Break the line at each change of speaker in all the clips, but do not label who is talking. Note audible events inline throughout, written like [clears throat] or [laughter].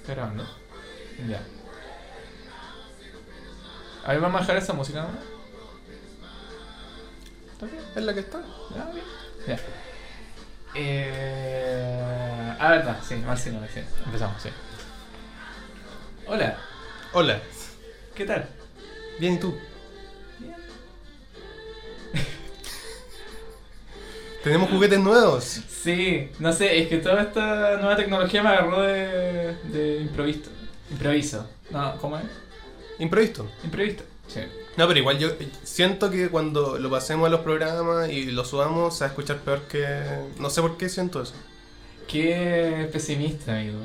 Esperando. Ya. Ahí vamos a dejar esa música, ¿no? ¿Está bien?
Es la que está.
Ya, bien. Ya. Eh... Ah, verdad, sí, Marcino, sí. Empezamos, sí. Hola,
Hola.
¿qué tal?
Bien, ¿y tú? Tenemos juguetes nuevos.
Sí, no sé, es que toda esta nueva tecnología me agarró de, de improviso. Improviso. No, ¿cómo es?
Imprevisto.
Imprevisto. Sí.
No, pero igual yo siento que cuando lo pasemos a los programas y lo subamos, se va a escuchar peor que. No sé por qué siento eso.
Qué pesimista, amigo.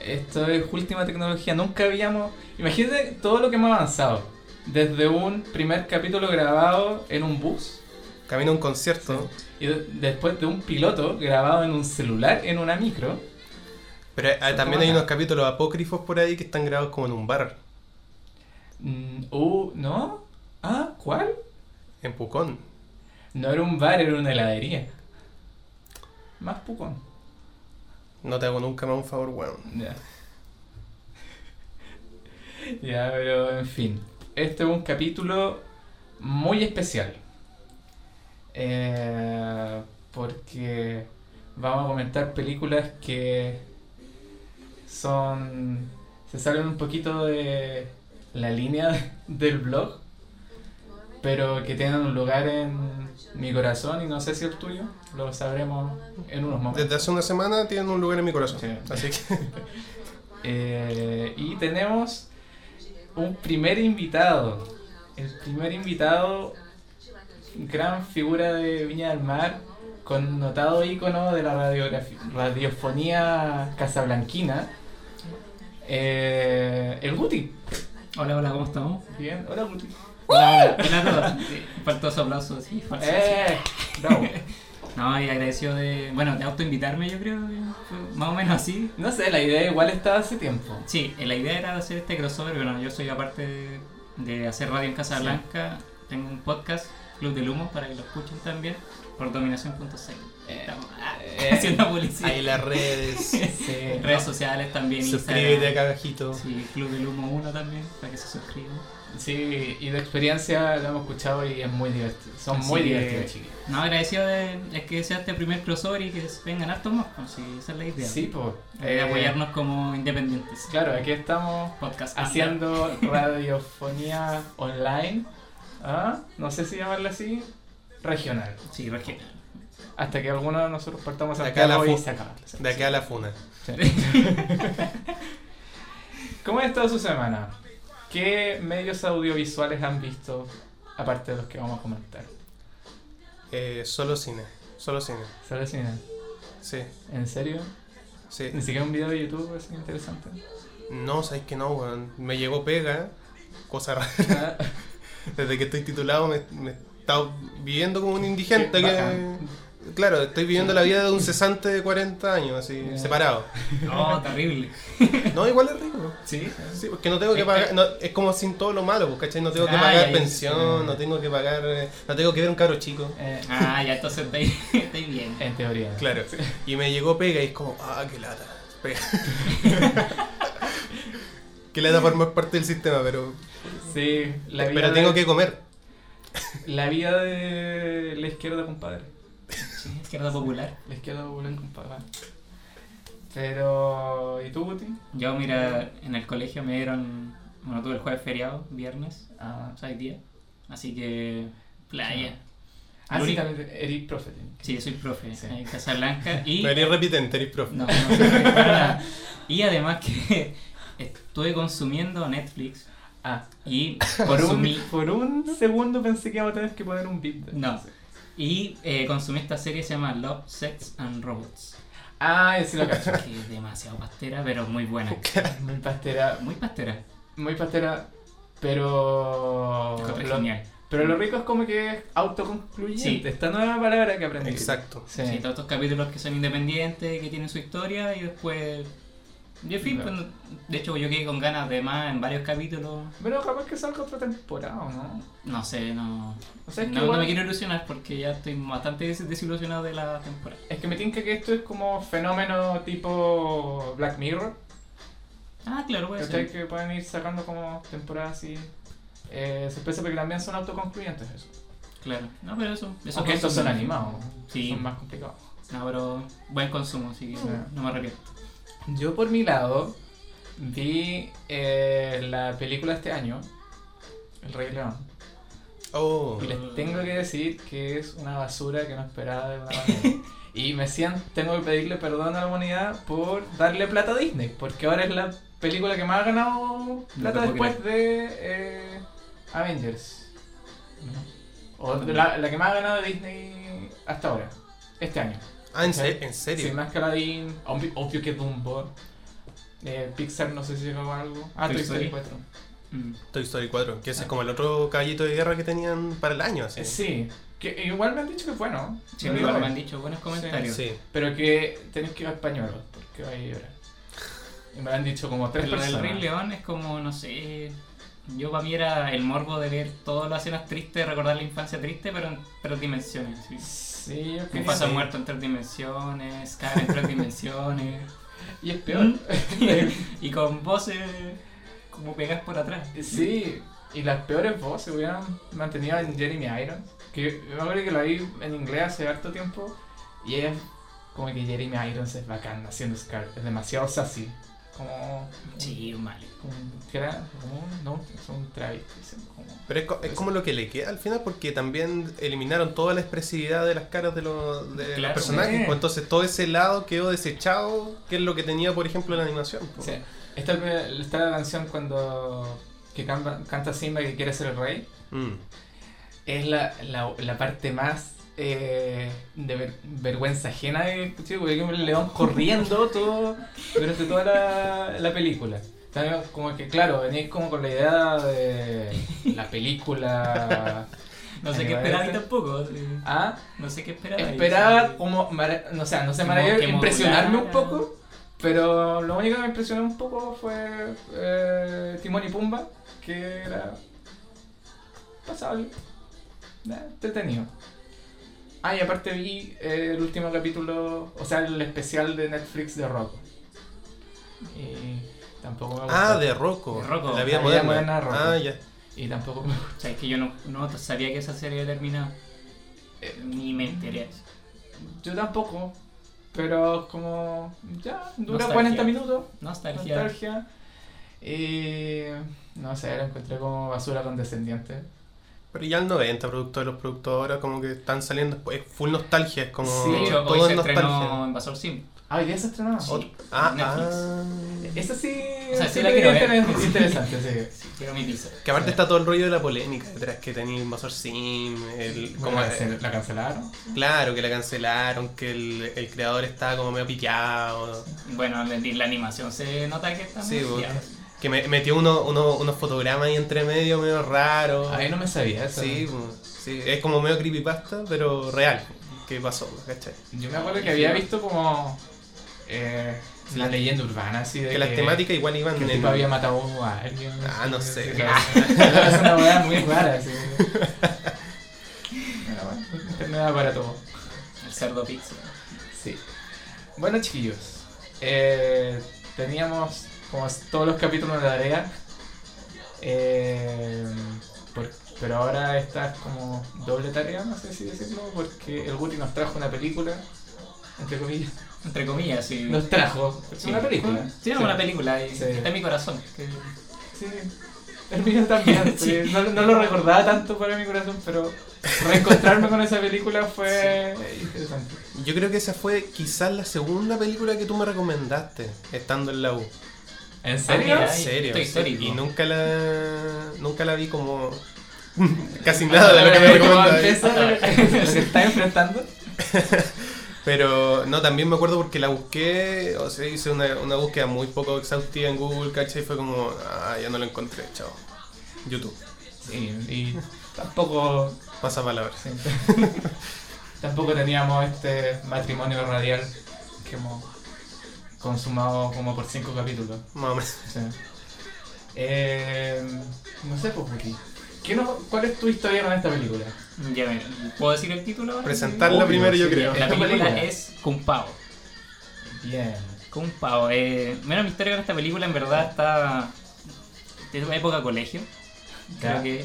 Esto es última tecnología, nunca habíamos... Imagínate todo lo que hemos avanzado. Desde un primer capítulo grabado en un bus
Camino a un concierto,
y de- después de un piloto grabado en un celular, en una micro.
pero eh, también
acá.
hay unos capítulos apócrifos por ahí que están grabados como en un bar,
Mm, uh, ¿No? Ah, ¿cuál?
en Pucón.
No era un bar, era una heladería. Más pucón.
No te hago nunca más un favor, weón.
Ya. ya, pero en fin. Este es un capítulo muy especial. Eh, porque vamos a comentar películas que son. se salen un poquito de la línea [laughs] del blog, pero que tienen un lugar en mi corazón y no sé si el tuyo. Lo sabremos en unos momentos.
Desde hace una semana tienen un lugar en mi corazón.
Sí.
Así que.
Eh, y tenemos un primer invitado. El primer invitado, gran figura de Viña del Mar, connotado ícono de la radiografi- radiofonía casablanquina. Eh, el Guti.
Hola, hola, ¿cómo estamos?
Bien, hola Guti.
Hola, hola, hola a
[laughs]
todos. Sí, faltó su aplauso, sí, falso.
Eh, bravo.
No, y agradecido de. Bueno, de autoinvitarme, yo creo. que fue Más o menos así.
No sé, la idea igual estaba hace tiempo.
Sí, eh, la idea era hacer este crossover, pero bueno, yo soy aparte de, de hacer radio en Casa
Sí.
Blanca, tengo un podcast, Club del Humo, para que lo escuchen también, por dominación.cl.
Eh,
Estamos [laughs] ah,
eh,
haciendo publicidad.
[laughs] Ahí las redes.
[laughs] Sí,
Redes sociales también,
Suscríbete
Instagram.
acá abajito.
Sí, Club del Humo 1 también, para que se suscriban.
sí, y de experiencia lo hemos escuchado y es muy divertido. Son
Así
muy
que-
divertidos, chicos.
No, agradecido de, es que sea este primer crossover y que vengan hartos más, pues sí, esa es la idea.
Sí, pues.
Eh, de apoyarnos como independientes.
Claro, aquí estamos
Podcast.
haciendo radiofonía online. ¿ah? No sé si llamarla así. Regional. [laughs]
Sí, regional.
Hasta que alguno de nosotros partamos a
De acá a la
Santiago y
fu-
se acaba.
De acá a la funa.
[laughs] ¿Cómo ha estado su semana? ¿Qué medios audiovisuales han visto aparte de los que vamos a comentar?
Eh, solo cine. Solo cine.
¿Solo cine?
Sí,
¿En serio?
sí.
Ni siquiera un video de YouTube es
[laughs]
interesante.
No, sabes que no, weón. Me llegó pega. Cosa rara. [laughs]
Ah,
Desde que estoy titulado me, me he estado viviendo como un indigente.
qué
que-
bacán.
claro, estoy viviendo la vida de un cesante de 40 años, así,
Ya.
separado.
No, terrible.
No, igual es rico.
Sí.
Sí, porque no tengo que
Es-
pagar. no, es como sin todo lo malo, pues, ¿cachai? No tengo que
Ah,
pagar
ya, ya,
pensión,
Eh, ya.
no tengo que pagar. eh, No tengo que ver un cabro chico.
Eh,
Ah, ya entonces [laughs] estáis estáis bien.
en teoría.
Claro. Y me llegó pega y es como, ah, qué lata.
[laughs]
Pega. qué lata formar parte del sistema, pero.
Sí, la vida
pero tengo
de-
que comer.
La vida de la izquierda, compadre.
Sí, izquierda popular.
La izquierda popular, compadre. Pero. ¿Y tú, Guti?
Yo, mira, en el colegio me dieron. Bueno, tuve el jueves feriado, viernes,
Ah,
o sea, hoy día. Así que. Playa.
ah
Lo
sí,
único-
también. Eric Prophet.
Sí, soy profe
Sí.
en Casablanca. Y.
No eres repitente, eres profe.
No, no, no, no, no. Y además que estuve consumiendo Netflix [laughs]
Ah, [laughs]
y
por
consumí,
un, por un segundo pensé que íbamos a tener que poner un beat.
No. y, eh, consumí esta serie que se llama Love, Sex and Robots.
Ah, sí lo cacho.
Que es demasiado pastera, pero muy buena.
Muy pastera.
Muy pastera.
Muy pastera. Pero.
Encontré
lo-
genial.
pero lo rico es como que es autoconcluyente.
Sí.
Esta nueva palabra que aprendí.
Exacto.
Sí.
Sí, todos estos capítulos que son independientes, que tienen su historia y después... Y en fin,
Claro.
pues, no- de hecho yo quedé con ganas de más en varios capítulos.
Pero capaz que salga otra temporada, ¿o ¿no?
No sé, no...
O sea, es que
no, no
igual-
me quiero ilusionar porque ya estoy bastante des- desilusionado de la temporada.
Es que me tinca que esto es como fenómeno tipo Black Mirror,
Ah, claro, puede
¿Cachai?
ser.
Que pueden ir sacando como temporadas así. Eh, sorpresa, porque también son autoconcluyentes eso.
Claro. No, pero eso. eso
Aunque estos son
consumo.
animados,
Sí.
son más complicados.
No, pero buen consumo, así que
Ah.
no me arrepiento.
Yo por mi lado vi eh, la película este año, El Rey León,
Oh,
y les tengo que decir que es una basura que no esperaba de una [laughs] manera. Y me siento, tengo que pedirle perdón a la humanidad por darle plata a Disney, porque ahora es la película que más ha ganado plata
puedo
después de eh, Avengers. O de la, la que más ha ganado Disney hasta ahora, este año.
ah, ¿en,
Ok.
se- en serio?
Sí, más que Aladdin, obvi- obvio que Dumbo. Eh, Pixar no sé si llegó algo. Ah,
Toy
Toy Story
Story.
4.
Mm.
Toy Story 4, que ese es como el otro caballito de guerra que tenían para el año, así.
Eh, Sí, que igual me han dicho que es bueno.
Sí,
No
me
lo
me
ves.
han dicho buenos comentarios.
Sí.
Pero que tenéis que ir a español, porque vais a llorar. Y me lo han dicho como tres
Pero lo del
personas.
Rey León es como, no sé. Yo para mí era el morbo de ver todas las escenas tristes, recordar la infancia triste, pero en tres dimensiones. ¿sí?
Sí, yo
Un
quería-
paso muerto en tres dimensiones, cara en tres dimensiones.
Y es
Mm.
peor.
[laughs] y con voces como pegas por atrás.
sí, y las peores voces hubieran mantenido en Jeremy Irons. Que yo me acuerdo que la vi en inglés hace harto tiempo. Y es como que Jeremy Irons es bacán haciendo Scar. Es demasiado sassy. Como.
Sí, mal.
como que era como un, no, es un travesti, es como-
Pero es, co- es como lo que le queda al final porque también eliminaron toda la expresividad de las caras de, los, de los
Claro.
personajes.
Sí.
pues, entonces todo ese lado quedó desechado, que es lo que tenía, por ejemplo, la animación. pues.
Sí. Está, el- está la canción cuando que canta, canta Simba que quiere ser el rey.
Mm.
Es la, la, la parte más eh, de ver- vergüenza ajena de escuché, porque hay un león corriendo todo durante toda la, la película. También como que claro, venís como con la idea de la película.
No sé qué
Animal
esperaba y
este.
tampoco. sí.
¿Ah,
No sé qué esperaba.
Esperaba
Sí.
como, mara- no, o sea, no sé,
Como
maravillar,
que
impresionarme un
modulara.
poco, pero lo único que me impresionó un poco fue eh, Timón y Pumba, que era pasable, eh, entretenido. Ah, y aparte vi eh, el último capítulo, o sea, el especial de Netflix de Rocco. Y tampoco me gustó.
Ah, de Rocco.
De Rocco.
La
La vida
vida
moderna.
moderna de Rocco.
Ah, ya.
Y tampoco me
O sea, es que yo no, no sabía que esa serie había terminado. Ni me enteré.
Yo tampoco, pero como ya, dura
Nostalgia.
40 minutos.
Nostalgia.
nostalgia. Y no sé, lo encontré como basura condescendiente.
Pero ya el 90, producto de los productores, como que están saliendo, es full nostalgia, es como
Sí,
De hecho,
todo
hoy se
es nostalgia.
estrenó Invasor Sim.
Ah, hoy día se estrenó.
Sí.
Ot- ah,
Netflix.
ah.
Esa sí.
O sea, sí
sí
la
te
quiero
diría
ver.
que es interesante, sí.
Sí, quiero mi pizza.
Que aparte está todo el rollo de la polémica detrás que tenía Invasor Sim, el,
Como
como,
la cancelaron.
Claro, que la cancelaron, que el, el creador estaba como medio pillado.
Bueno, la, la animación se nota que está
Sí,
muy
porque-
fiada.
Que me- metió uno- uno- unos fotogramas ahí entre medio, medio raros.
Oh.
Ahí no me sabía Ah, eso.
sí, pues, sí, es como medio creepypasta, pero real. ¿Qué pasó? ¿Cachai?
Yo me acuerdo que había visto como eh, la leyenda urbana, así de
Que las temáticas igual iban
Que el
en-
tipo había matado a alguien.
Ah, no sé.
[laughs] Es una hueá muy rara, así. [laughs] Pero bueno, Internet da para todo.
El cerdo pizza.
Sí. Bueno, chiquillos. eh, teníamos como todos los capítulos de la tarea. eh, por- pero ahora esta es como doble tarea, no sé si decirlo, porque el Guti nos trajo una película, entre comillas.
Entre comillas, sí.
Nos trajo
Sí.
una película.
Sí, era una película. y-
Sí.
Está en mi corazón. que-
Sí. El mío
[laughs]
también, sí. No, no lo recordaba tanto para mi corazón, pero reencontrarme con esa película fue interesante.
Yo creo que esa fue quizás la segunda película que tú me recomendaste, estando en la U.
¿En
ah, serio?
Ah, En
Ay,
serio.
Toy Story,
Y
po.
nunca la, nunca la vi como... [laughs] Casi nada de lo que
[laughs]
me Ah. recomendaste.
[laughs] Lo que está enfrentando.
Pero no, también me acuerdo porque la busqué, o sea, hice una, una búsqueda muy poco exhaustiva en Google, ¿cachai? Y fue como, ah, ya no lo encontré, chao. YouTube,
Sí, y tampoco,
pasa palabras.
sí. [laughs] tampoco teníamos este matrimonio radial que hemos consumado como por cinco capítulos.
Más o menos.
o sea. Eh, no sé, pues, Buki, ¿qué nos- ¿cuál es tu historia con esta película?
Ya ven, ¿puedo decir el título ahora?
Presentarla
Obvio,
primero, yo
sí,
creo.
La
Esta
película
película.
es Kumpao.
Bien.
Con un pavo. Eh, mira, mi historia con esta película en verdad está. Es de época colegio. Creo
Ya.
que.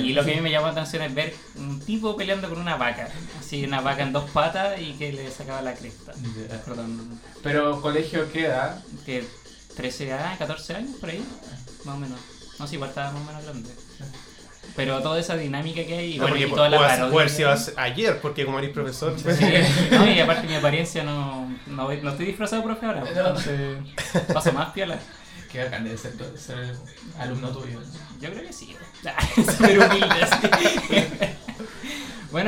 Y lo que a mí me llama la atención es ver un tipo peleando con una vaca. Así, una vaca en dos patas y que le sacaba la cresta.
Ya.
Perdón,
Pero colegio queda.
que 13 años, 14 años por ahí, más o menos. No sé, igual estaba más o menos grande. Pero toda esa dinámica que hay, y,
No,
bueno,
Ah, porque
y toda la
puede-
parodia.
puede haber sido hace- ayer, porque como eres profesor. pues.
Sí, no, y aparte mi apariencia no, no, voy- no estoy disfrazado, profe, ahora. Entonces, paso más piola.
Qué bacán de ser, ser alumno tuyo.
Yo creo que sí. [laughs] Súper humilde. sí.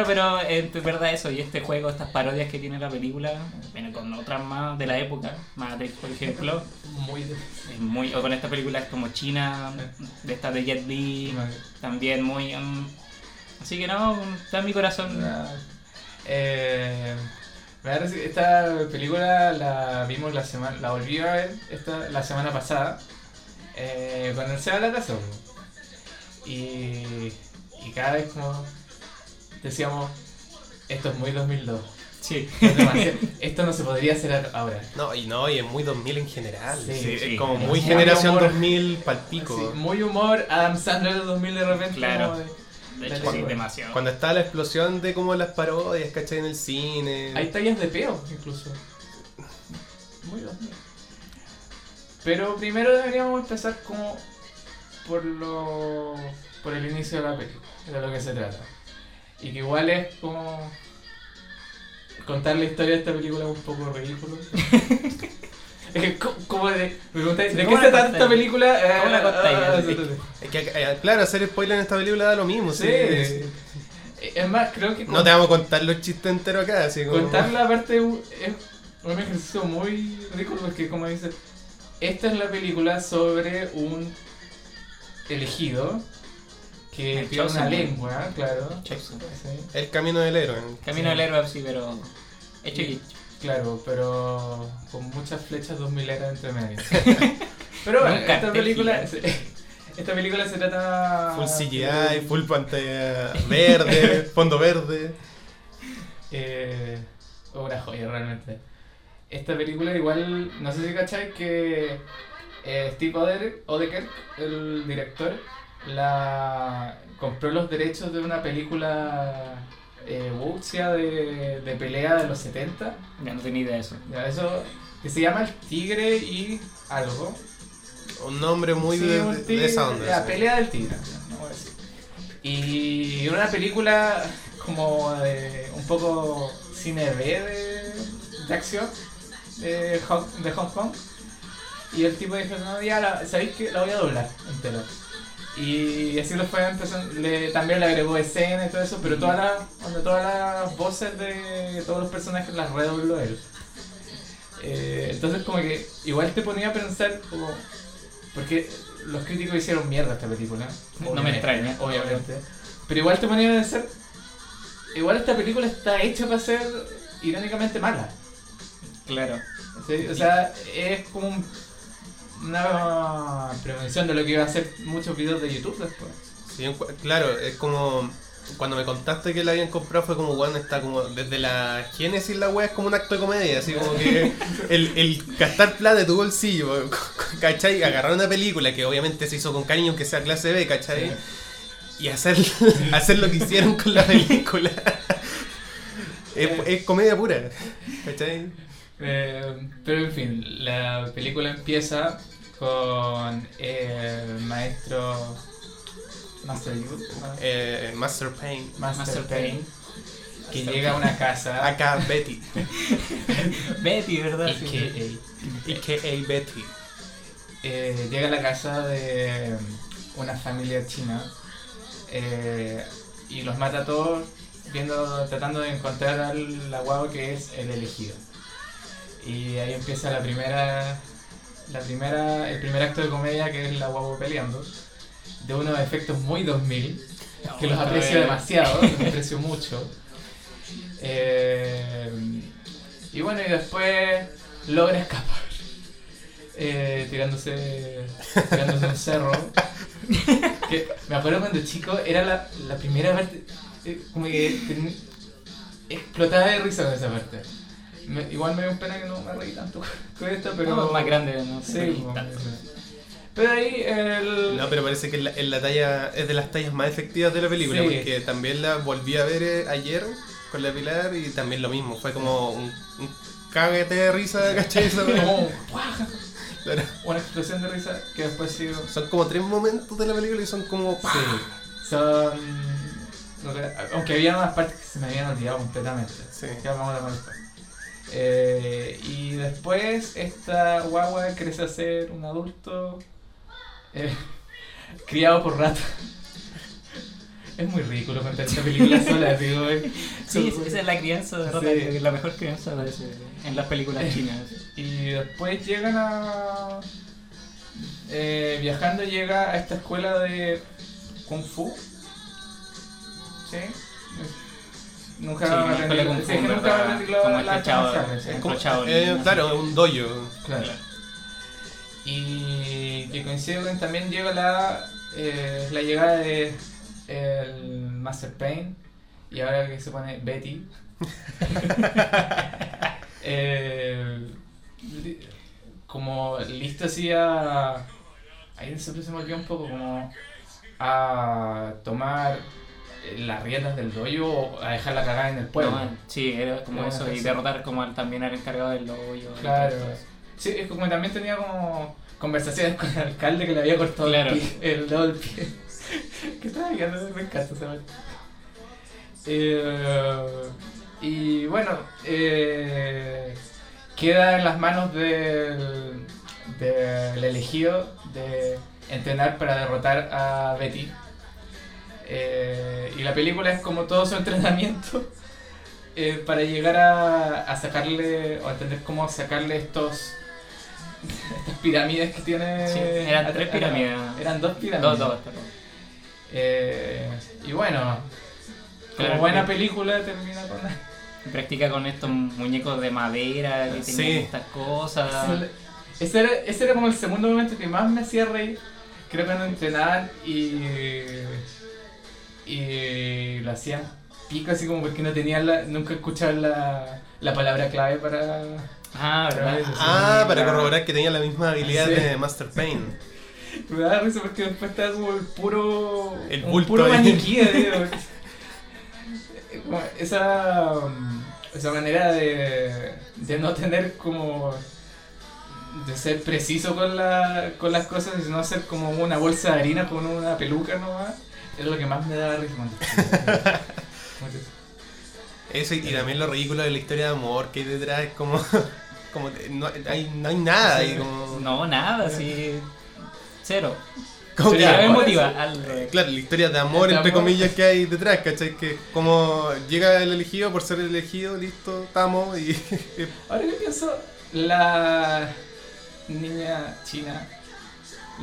[laughs] bueno, pero eh, es verdad eso. Y este juego, estas parodias que tiene la película, bueno, con otras más de la época, Matrix, por ejemplo,
Muy de...
es muy, o con estas películas como China, de estas de Jet Li, también muy. mm, así que no, está en mi corazón.
Una- Eh, me parece que esta película la vimos la semana, la volví a ver esta, la semana pasada eh, cuando se va a la casa. po. Y, y cada vez como decíamos, esto es muy 2002.
Sí.
es demasiado- esto no se podría hacer ahora.
No, y no, y es muy 2000 en general.
Sí,
Sí,
sí.
Es como
Es
muy
muy
generación
amor.
2000 palpico.
Sí, muy humor, Adam Sandler del 2000 de repente.
Claro.
como de-
De hecho, sí, demasiado.
Cuando está la explosión de como las parodias, ¿cachai? En el cine.
Hay tallas de peo, incluso. Muy bien. Pero primero deberíamos empezar como por lo por el inicio de la película, de lo que se trata. Y que igual es como contar la historia de esta película es un poco
[laughs]
ridículo. Es que, co- como de, me preguntáis, ¿de
¿Cómo
qué
la
se trata
contáis?
esta película? Eh,
¿Cómo la contáis?
ah,
Sí.
Es que, eh, claro, hacer spoiler en esta película da lo mismo. Sí.
Sí. Es más, creo que
No te vamos a contar los chistes enteros acá, así como.
Contar
[laughs]
la parte u- es un ejercicio muy ridículo porque como dice, esta es la película sobre un elegido que
El
tiene una
chosen.
lengua, claro.
Chosen.
Sí,
El camino del héroe.
Camino del héroe, sí, pero. Hecho y hecho.
claro, pero con muchas flechas dos mileras entre
[laughs]
medio. pero bueno,
Nunca
esta
te
película,
giras.
esta película se [laughs] trata...
Full CGI, full pantalla verde, [laughs] fondo verde.
Eh, una joya realmente. Esta película igual, no sé si cacháis que eh, Steve Oder- Odekerk, el director, la compró los derechos de una película eh, wuxia de, de pelea de los 70.
Ya no tenía idea de eso.
Ya, Eso que se llama El Tigre y algo.
Un nombre muy
Sí,
de,
un
de- de
tigre,
esa onda.
La
sí.
pelea del tigre. no voy a decir. Y una película como de un poco cine B de, de acción de Hong, de Hong Kong. Y el tipo dijo, no, ya, la- ¿sabéis que La voy a doblar entera. Y así lo fue empezando, le- también le agregó escenas y todo eso, pero todas las, onda, todas las voces de todos los personajes las redobló él. Eh, entonces como que igual te ponía a pensar como, porque los críticos hicieron mierda esta película.
No me
obviamente,
extraña.
Obviamente. Pero igual te ponía a pensar, igual esta película está hecha para ser irónicamente mala.
Claro.
Sí, o sea, es como un- una premonición de lo que iba a hacer muchos videos de YouTube después.
Sí, en cua- claro, es como. Cuando me contaste que la habían comprado fue como, bueno, está como. Desde la génesis la wea es como un acto de comedia, así como que. El, el gastar plata de tu bolsillo, [laughs] ¿cachai? Agarrar una película que obviamente se hizo con cariño, aunque sea clase B, ¿cachai? Y hacer, [laughs] hacer lo que hicieron con la película. Es, es comedia pura, ¿cachai?
Eh, pero en fin, la película empieza con eh, el maestro Master Yu, ¿no?
Eh, Master Pain.
Master,
Master
Pain,
Pain.
que llega a una
[laughs]
casa
Acá Betty.
Betty, ¿verdad?
y que eh,
AKA Betty.
eh, llega a la casa de mm, una familia china eh, y los mata a todos viendo, tratando de encontrar al la guagua que es el elegido. Y ahí empieza la primera, la primera, el primer acto de comedia que es la guagua peleando, de unos efectos muy 2000 que los aprecio demasiado, los aprecio mucho. Eh, y bueno, y después logra escapar. eh, tirándose, tirándose a un cerro. Que me acuerdo cuando chico era la, la primera parte. eh, como que ten- explotaba de risa con esa parte. Me- igual me dio pena que no me reí tanto [laughs] con esta, pero.
Pero más grande, no
Sí,
sé.
pues,
tanto.
sí. Pero ahí el. [laughs]
No, pero parece que es la, es la talla es de las tallas más efectivas de la película,
Sí.
porque también la volví a ver eh, ayer con la Pilar y también lo mismo, fue como un, un cagate de risa,
[laughs]
¿cachai? Esa wea.
Como ¡guau!
Claro.
una explosión de risa que después sigue.
Son como tres momentos de la película y son como... ¡pah!
Son. no sé, aunque había unas partes que se me habían olvidado completamente.
Sí.
Ya vamos a hablar después. Eh, y después esta guagua crece a ser un adulto eh, [laughs] criado por rata. [laughs] Es muy ridículo contar esta
[laughs]
película sola, digo. eh.
Sí, esa es la crianza de Rata,
Sí.
que es la mejor crianza parece, en las películas chinas.
Y después llegan a. eh, viajando llega a esta escuela de Kung Fu. ¿Sí? Nunca
Sí, una escuela de Kung
sí,
Fu,
es que
¿verdad?
nunca me metí la-
Como el
las
cachao,
canciones,
el
sí.
cachao. Chao,
Eh,
niño.
claro, un dojo.
Claro. Y que coincide con también llega la, eh, la llegada de el Master Pain y ahora que se pone Betty. Eh, li- como listo así a... Ahí siempre se me olvidó un poco como a tomar eh, las riendas del dojo o a dejar la cagada en el pueblo.
No, sí, era como
Era
eso,
una
y
cosa.
derrotar como al, también al encargado del hoyo. y todo
Claro.
esto.
Sí, es como que también tenía como conversaciones con el alcalde que le había cortado el
Claro.
pie- el dedo del pie. [laughs] que estaba mirando, me encanta esa parte. Eh, y bueno, eh, queda en las manos del, del elegido de entrenar para derrotar a Betty. Eh, y la película es como todo su [laughs] entrenamiento eh, para llegar a, a sacarle, o a entender cómo sacarle estos [laughs] estas pirámides que tiene.
Sí, eran
atrás-
tres pirámides.
Eran dos pirámides.
Dos, dos, perdón.
Eh, y bueno, como
Claro,
buena
sí.
película termina con [laughs] la-
Y Practica con estos muñecos de madera que
Sí.
tenían estas cosas.
Ese era, ese era como el segundo momento que más me hacía reír. Creo que no entrenaban y. Y lo hacían pico, así como porque no tenían la, nunca escuchaban la, la palabra clave para.
Ah, ¿verdad?
Pero eso,
Ah,
Sí,
para
la-
corroborar que tenía la misma habilidad
Sí.
de Master Pain.
Me daba risa porque después estaba como el puro.
El
un
bulto
puro
ahí.
maniquí,
[laughs]
digo. Como esa. mm, Esa manera de. de no tener como. de ser preciso con, la, con las cosas, y no ser como una bolsa de harina con una peluca nomás. Es lo que más me daba risa. cuando chico. Como que-
Eso y, y también lo ridículo de la historia de amor que hay detrás es como... [laughs] como te- no, hay, no hay nada.
Sí.
y como,
No, nada, sí. Cero.
como
Sí,
que-
ya
Cero
vemos.
emotiva.
Eh,
al-
Claro, la historia de amor,
De
entre
amor.
comillas, que hay detrás, ¿cachai? Que como llega el elegido por ser el elegido, listo, estamos y... [laughs]
Ahora que pienso, la niña china,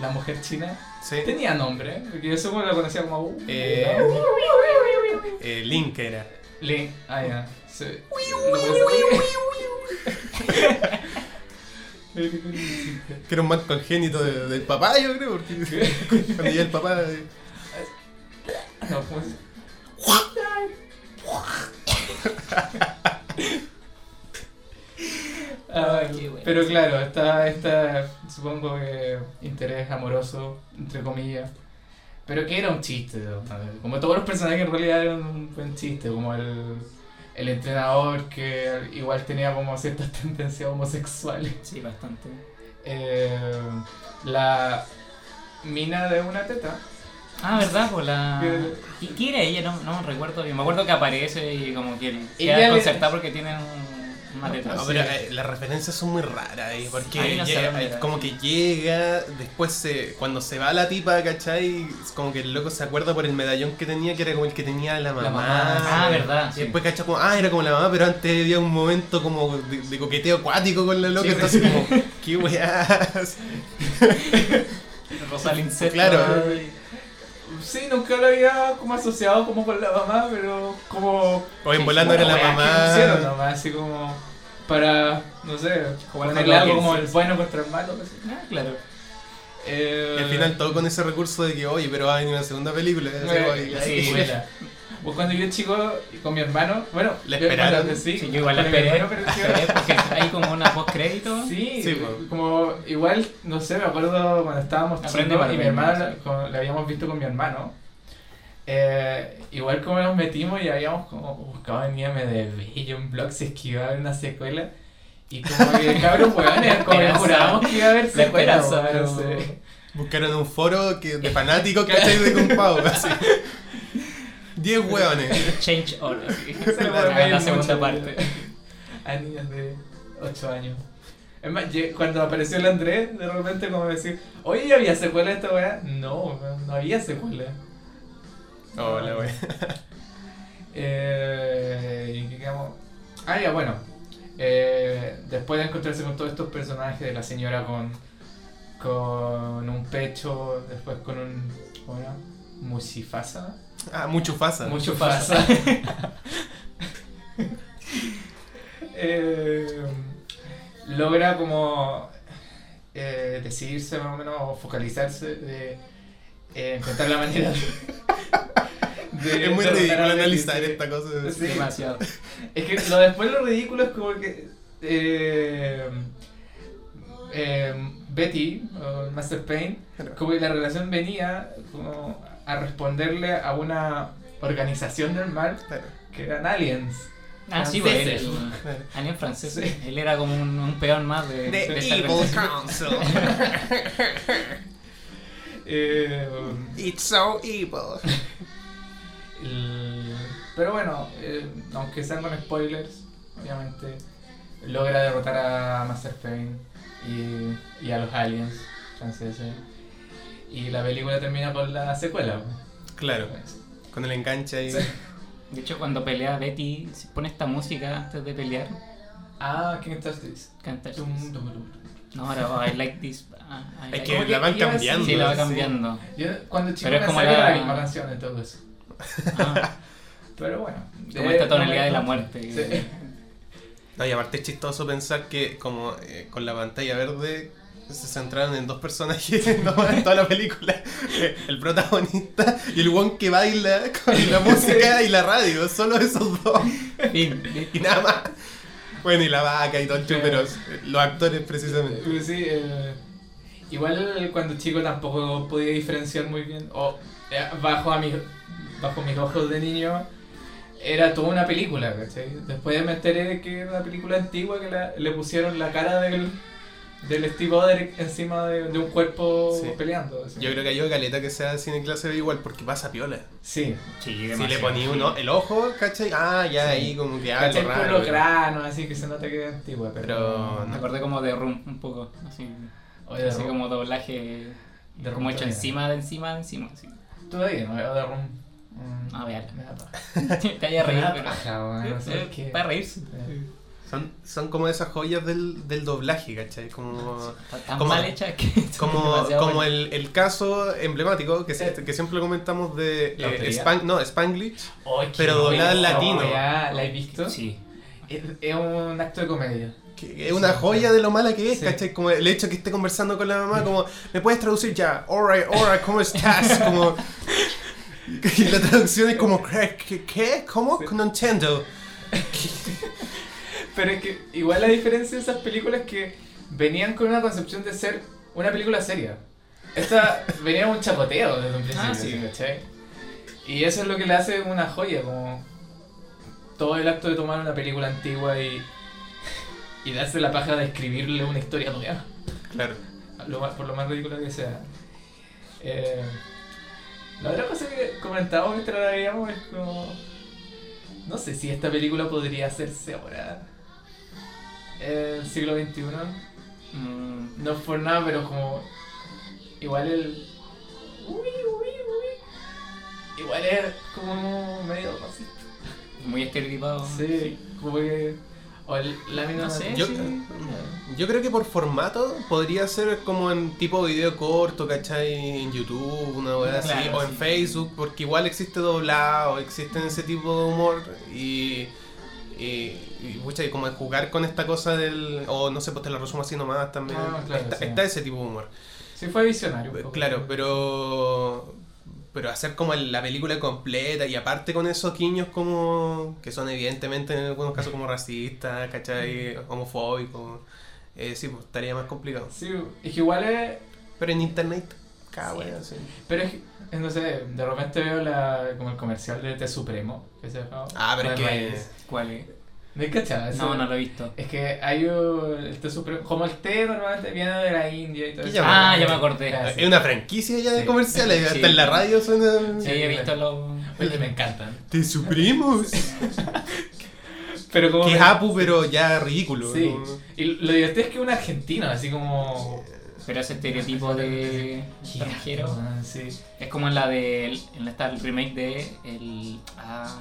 la mujer china,
sí.
tenía nombre, porque yo supongo que la conocía como uh,
Eh,
¿no?
Eh, Link era.
Link, ah, ya. Sí. [laughs]
Que era un mal congénito de- del papá, yo creo, porque [laughs] cuando llega el papá... eh,
No, pues.
[laughs]
Ah,
Ay, qué bueno.
pero claro, está, está supongo que interés amoroso, entre comillas. Pero que era un chiste, ¿no? como todos los personajes en realidad eran un buen chiste, como el, el entrenador que igual tenía como ciertas [laughs] tendencias homosexuales.
Sí, bastante.
Eh, la mina de una teta.
Ah, ¿verdad? Por la...
Que-
¿Y quién era ella? No, no recuerdo bien. Me acuerdo que aparece y como que él
Ella
queda
le-
desconcertado porque tiene un- una letra.
No,
Sí.
pero eh, las referencias son muy raras ahí, porque
Hay una
llega- eh,
sola manera.
como que llega, después se, cuando se va la tipa, ¿cachai? Como que el loco se acuerda por el medallón que tenía, que era como el que tenía la mamá.
mamá.
Ah, verdad.
Y
Sí.
después cachai como, ah, era como la mamá, pero antes había un momento como de, de coqueteo acuático con la loca,
Sí,
entonces como, qué
[laughs]
weá.
pues,
Rosalind Seth.
Claro.
Sí, nunca lo había como asociado como con la mamá, pero como...
O en volando
como
era la
weá que
mamá.
pusieron nomás, así como para, no sé,
Como
ponerle
la
algo
que
como
sí.
el bueno contra el malo. así.
Ah, claro.
Eh,
Y al final todo con ese recurso de que, oye, pero va a venir una segunda película. así como,
eh,
y-
sí,
sí.
buena. Pues cuando yo chico y con mi hermano, bueno,
¿La
yo-
esperaron?
bueno, sí,
Sí, yo igual la
con mi
esperé,
hermano, pero sí,
[laughs] esperé, porque hay como una post-crédito.
Sí,
Sí, po.
como igual, no sé, me acuerdo cuando estábamos
Aprende
chicos
para
y mi
ver,
hermano,
sí.
con- la habíamos visto con mi hermano. eh, igual como nos metimos y habíamos como buscado en IMDB y en blogs si es que iba a haber una secuela. Y como
[laughs]
que cabros hueones, como que
esperanza.
jurábamos que iba a haber
La
secuela.
esperanza,
po, no
pero-
sé.
[laughs]
Buscaron un foro que, [laughs] de fanáticos, ¿cachai? De compadre, así. Diez hueones.
Change order. sí. [laughs]
Se lo
Ah,
reí
la
mucho,
segunda
tío.
parte.
[laughs] a niños de 8 años. Es más, ye- cuando apareció el Andrés, de repente como decir, oye, ¿había secuela de esta weá? No, weón, no había secuela.
Hola, wey.
Eh, y que quedamos- Ah, ya, bueno. Eh, después de encontrarse con todos estos personajes de la señora con, con un pecho, después con un... ¿Cómo era? Musifasa.
Ah, mucho pasa.
Mucho
[laughs]
Pasa.
pasa. [laughs] Eh, logra como eh, decidirse más o menos o focalizarse de eh, encontrar la
[laughs]
manera de... de
Es muy
derrotar
ridículo
a Betis,
analizar
sí.
esta cosa.
Sí.
Demasiado.
Es que lo después lo ridículo es como que eh, eh, Betty, o Master Payne, como que la relación venía como a responderle a una organización del mal
Claro,
que eran aliens.
Ah, sí, pues.
Franceses.
él-
claro.
Alien francés. Él era como un, un peón más de. de
The
esta
Evil
organización.
[laughs]
Council.
Eh,
It's so evil.
el- pero bueno, eh, aunque sean con spoilers, obviamente logra derrotar a Master Payne y, y a los aliens franceses. Y la película termina con la secuela. Pues.
Claro, con el enganche ahí.
De hecho, cuando pelea Betty, se pone esta música antes de pelear.
Ah, King Touch This.
Cantar.
Tum, tum, tum.
No, ahora oh, I like this. ah, I
Es
like
que
Como
this.
que
la van
iba a
cambiando.
Sí, la va
sí.
cambiando.
[laughs] Yo cuando chico
Pero es como
pensaba que era
la-
la misma canción de todo eso.
Ah,
Pero bueno.
como
Eh,
esta tonalidad
no,
de la
no.
muerte. que-
Sí.
No, y aparte es chistoso pensar que como eh, con la pantalla verde se centraron en dos personajes [laughs] nomás en toda la película. Eh, El protagonista y el one que baila con la música y la radio. Solo esos dos.
Fin.
[laughs] Y nada más. Bueno, y la vaca y todo el show, pero los actores precisamente.
Pero sí, [laughs] eh, igual cuando chico tampoco podía diferenciar muy bien, o eh, bajo, a mis, bajo mis ojos de niño, era toda una película, ¿cachai? Después me enteré de que era una película antigua que la- le pusieron la cara del, del Steve Oderick encima de, de un cuerpo
Sí.
peleando. así.
Yo creo que hay una caleta que sea cine clase B igual porque pasa piola.
Sí,
Sí,
Si le
demasiado.
ponía uno el ojo, ¿cachai? Ah, ya
Sí.
ahí como que algo
¿cachai? Por
raro.
los granos, así que se nota que es antigua, pero...
Pero
Me
no.
acordé como de Room, un poco. Así,
Oye,
así
Ru-
como doblaje.
De
como
Room
hecho
todavía.
encima de encima de encima. así. [laughs]
Todavía no veo de Room. Mm,
A ver.
me da paja. eh,
Te haya
Me
reído,
da
pero.
paja, weón, Ah, no sé qué.
Para reírse.
Sí.
Son, son como esas joyas del, del doblaje, ¿cachai? Como...
Está tan
Como-
mal hecha que. [laughs]
[laughs]
Como,
demasiado
como
mal.
el, el caso emblemático que, se- que siempre lo comentamos de
Eh. La
eh,
autoridad.
Spang- no, Spanglish,
Ay, qué
Pero doblada en
buena
latino.
weá, ¿La has visto?
Sí.
Es, es un acto de comedia.
que es una joya de lo mala que es,
Sí.
¿cachai? Como el hecho que esté conversando con la mamá, como, ¿me puedes traducir ya? Alright, alright, ¿cómo estás? Como, y la traducción es como, ¿qué? ¿Qué? qué? ¿Cómo? No entiendo.
Pero es que igual la diferencia de esas películas es que venían con una concepción de ser una película seria.
[laughs]
Esta venía un chapoteo desde un principio,
Ah, sí.
¿cachai? Y eso es lo que le hace una joya, como todo el acto de tomar una película antigua y, [laughs] y darse la paja de escribirle una historia nueva.
Claro.
lo más- por lo más ridículo que sea. Eh, la otra cosa que comentábamos mientras la veíamos es como. No sé si esta película podría hacerse ahora. eh, El siglo XXI.
Mm,
No es por nada, pero como. Igual el. Uy, uy, uy. Igual es como medio racista.
muy estereotipado.
Sí, como que. O el- la misma.
No sé.
Yo,
sí.
yo creo que por formato podría ser como en tipo video corto, ¿cachai? En YouTube, una weá así,
Claro,
o en
sí.
Facebook, porque igual existe doblado, existen ese tipo de humor y. Y, y, pucha, y como de jugar con esta cosa del. O no sé, pues te la resumo así nomás también.
Ah, claro,
está,
sí.
está ese tipo de humor.
Sí, fue visionario. un poco.
Claro, pero. pero hacer como el- la película completa y aparte con esos guiños como que son evidentemente en algunos casos como racistas, ¿cachai? Homofóbicos. Eh, sí, pues estaría más complicado.
Sí, es que igual es.
Pero en internet, cada wea, sí.
Pero es que, no sé, de repente veo la, como el comercial de T Supremo. Que se llama.
Ah, pero
No
es
es
que-
maíz.
¿Cuál es?
¿Me cachas?
No, no lo he visto.
Es que hay un, el té supremo, como el té normalmente viene de la India y todo
Y
eso.
ya me
Ah, ya me acordé.
Ah, sí.
Es una franquicia ya de
Sí.
comerciales,
Sí.
hasta en la radio suena...
Sí, he visto los.
Oye, me encantan.
Te suprimos.
Pero como
que
me-
es Apu, pero ya ridículo.
Sí.
¿no?
Y lo divertido es que un argentino, así como...
Pero ese
[laughs]
estereotipo de extranjero.
Ah, Sí.
Es como en la de. En la, está el remake de. El. Ah.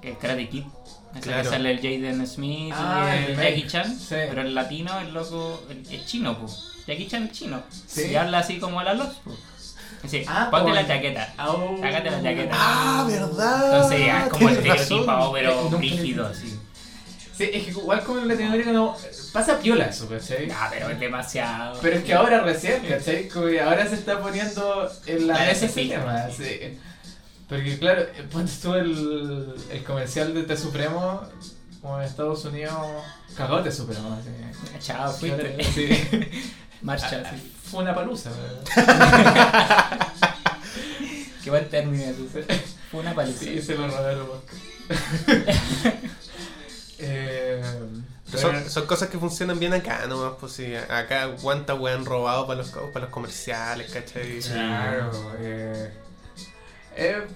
El Karate Kid. Es la
Claro.
que sale el Jaden Smith
Ah,
y el
el
Jackie
remake.
Chan.
Sí.
Pero el latino, el loco. el- Es chino, po. Jackie Chan es chino.
Sí.
Y habla así como a la los. po. Sí,
Ah,
ponte
po.
la chaqueta.
Au.
Sácate la chaqueta.
Ah, verdad.
Entonces ya es ah, como el
Tienes razón.
estereotipo, ah,
Eh,
pero
nunca
rígido
he
así.
Sí, es que igual como en Latinoamérica no... Pasa piola eso, ¿cachai?
Ah, pero es demasiado.
Pero es que ahora recién, ¿cachai? Como que ahora se está poniendo en la
Claro,
mesa
sí.
ese tema, sí. Porque claro, cuando estuvo el, el comercial de Te Supremo, como en Estados Unidos, cagó Te Supremo, así.
Chao, fuiste.
Sí.
[laughs] Marcha. sí.
Fue una palusa,
Qué buen término tú. Fue una paliza.
Ah, Sí, se lo robé a
[laughs]
los bosques. eh,
Son, son cosas que funcionan bien acá nomás, pues sí. Acá cuánta wea han robado para los, co- para los comerciales, ¿cachai?
Claro, eh, eh,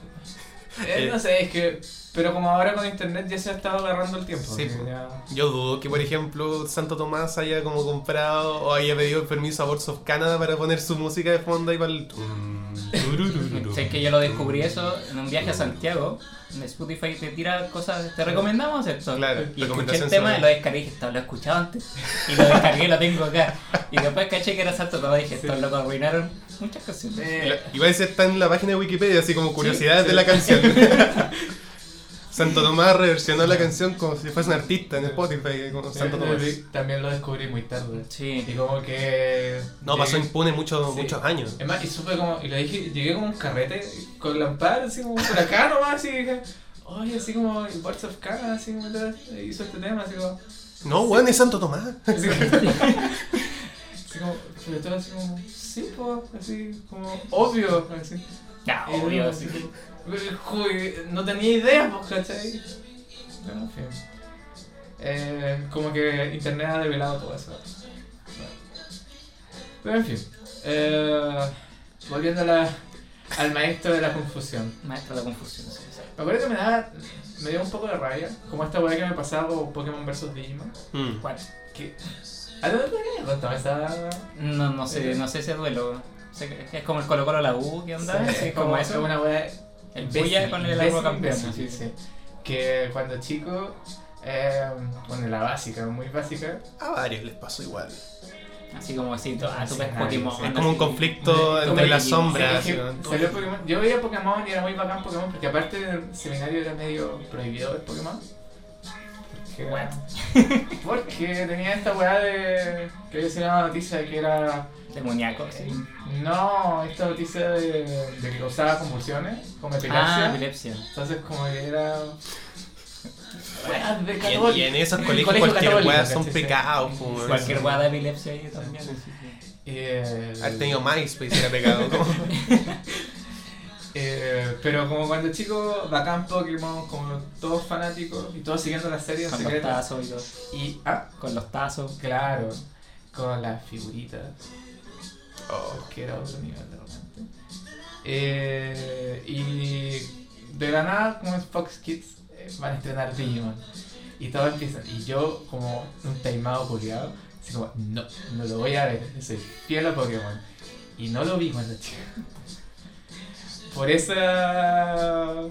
eh, no sé, es que. Pero como ahora con internet ya se ha estado agarrando el tiempo.
Sí,
que
po.
ya-
Yo dudo que, por ejemplo, Santo Tomás haya como comprado o haya pedido permiso a Boards of Canada para poner su música de fondo y para el...
Sé que yo lo descubrí eso en un viaje a Santiago. En Spotify te tira cosas, te recomendamos esto.
Claro,
y escuché
recomendación
el tema
sobre-
y lo descargué. Dije, esto lo he escuchado antes. Y lo descargué y lo tengo acá. Y después caché que era Santo Tomás. Dije, estos locos arruinaron muchas canciones.
Eh,
Y parece que está en la página de Wikipedia, así como curiosidades de la canción.
[laughs]
Santo Tomás reversionó la canción como si fuese un artista en Spotify, como Santo Tomás.
eh, también lo descubrí muy tarde. Y
Sí.
como que.
No, pasó
llegué-
impune muchos
Sí.
muchos años.
Es más, y supe como. Y le dije, llegué como un carrete con lámpara, así como por acá nomás, así dije. Oye, así como Boards of Canada, así como tal, hizo este tema, así como.
No, weón, es Santo Tomás.
Así como, [laughs] así como, sobre todo así como, sí, po, así como, obvio, así.
Ya,
Y
obvio.
uno
sí.
como, "Uy, No tenía idea, pues, ¿cachai? Bueno, en fin. Eh, como que internet ha develado todo eso. Bueno. Pero en fin. Eh, volviendo a la- al maestro de la confusión.
Maestro de la confusión. sí, sí.
Me acuerdo que me daba. Me dio un poco de rabia. Como esta weá que me pasaba con Pokémon vs Digimon.
Mm.
¿Cuál?
Que. ¿A dónde me contaba esa.?
No, no sé, no sé ese duelo. Sé que Es como el Colo Colo la U, ¿qué onda?
Sí,
es como eso.
una weá
El
imbécil,
Bulla con el
imbécil,
arroz campeón.
imbécil, sí, sí. Que cuando chico, eh, bueno, la básica, muy básica.
A varios les pasó igual.
Así como así, tú- ah, tú ves
Sí,
Pokémon.
sí,
Es
así.
como un conflicto
Sí,
entre
sí,
las
sí,
sombras.
Sí,
así,
es que
¿no?
salió Pokémon. Yo veía Pokémon y era muy bacán Pokémon, porque aparte del seminario era medio prohibido el Pokémon. Porque,
What?
[laughs] porque tenía esta weá de. que había sido una noticia que era. eh,
Demoníaco, sí.
No, esta noticia de, de que causaba convulsiones, como epilepsia.
Ah, epilepsia.
Entonces, como que era. Weas de
Y en,
católico.
y en esos
El
colegios
colegio
cualquier
católico,
weá son
¿cachai? Sí.
pecados, po, weón.
Cualquier guada de epilepsia ahí también.
Eh,
Haber tenido MySpace era pecado. como-
eh, pero como cuando chico, bacán Pokémon, como todos fanáticos y todos siguiendo las series
Con los
secretas.
tazos y todo.
Y, ah,
Con los tazos.
claro, con las figuritas,
Oh.
que era otro nivel de repente. Eh, y de la nada, como en Fox Kids, eh, van a estrenar Digimon. Y todos empiezan. Y yo, como un taimado culiado, así como, no, no lo voy a ver. Soy fiel a Pokémon. Y no lo vi cuando chico. Por esa.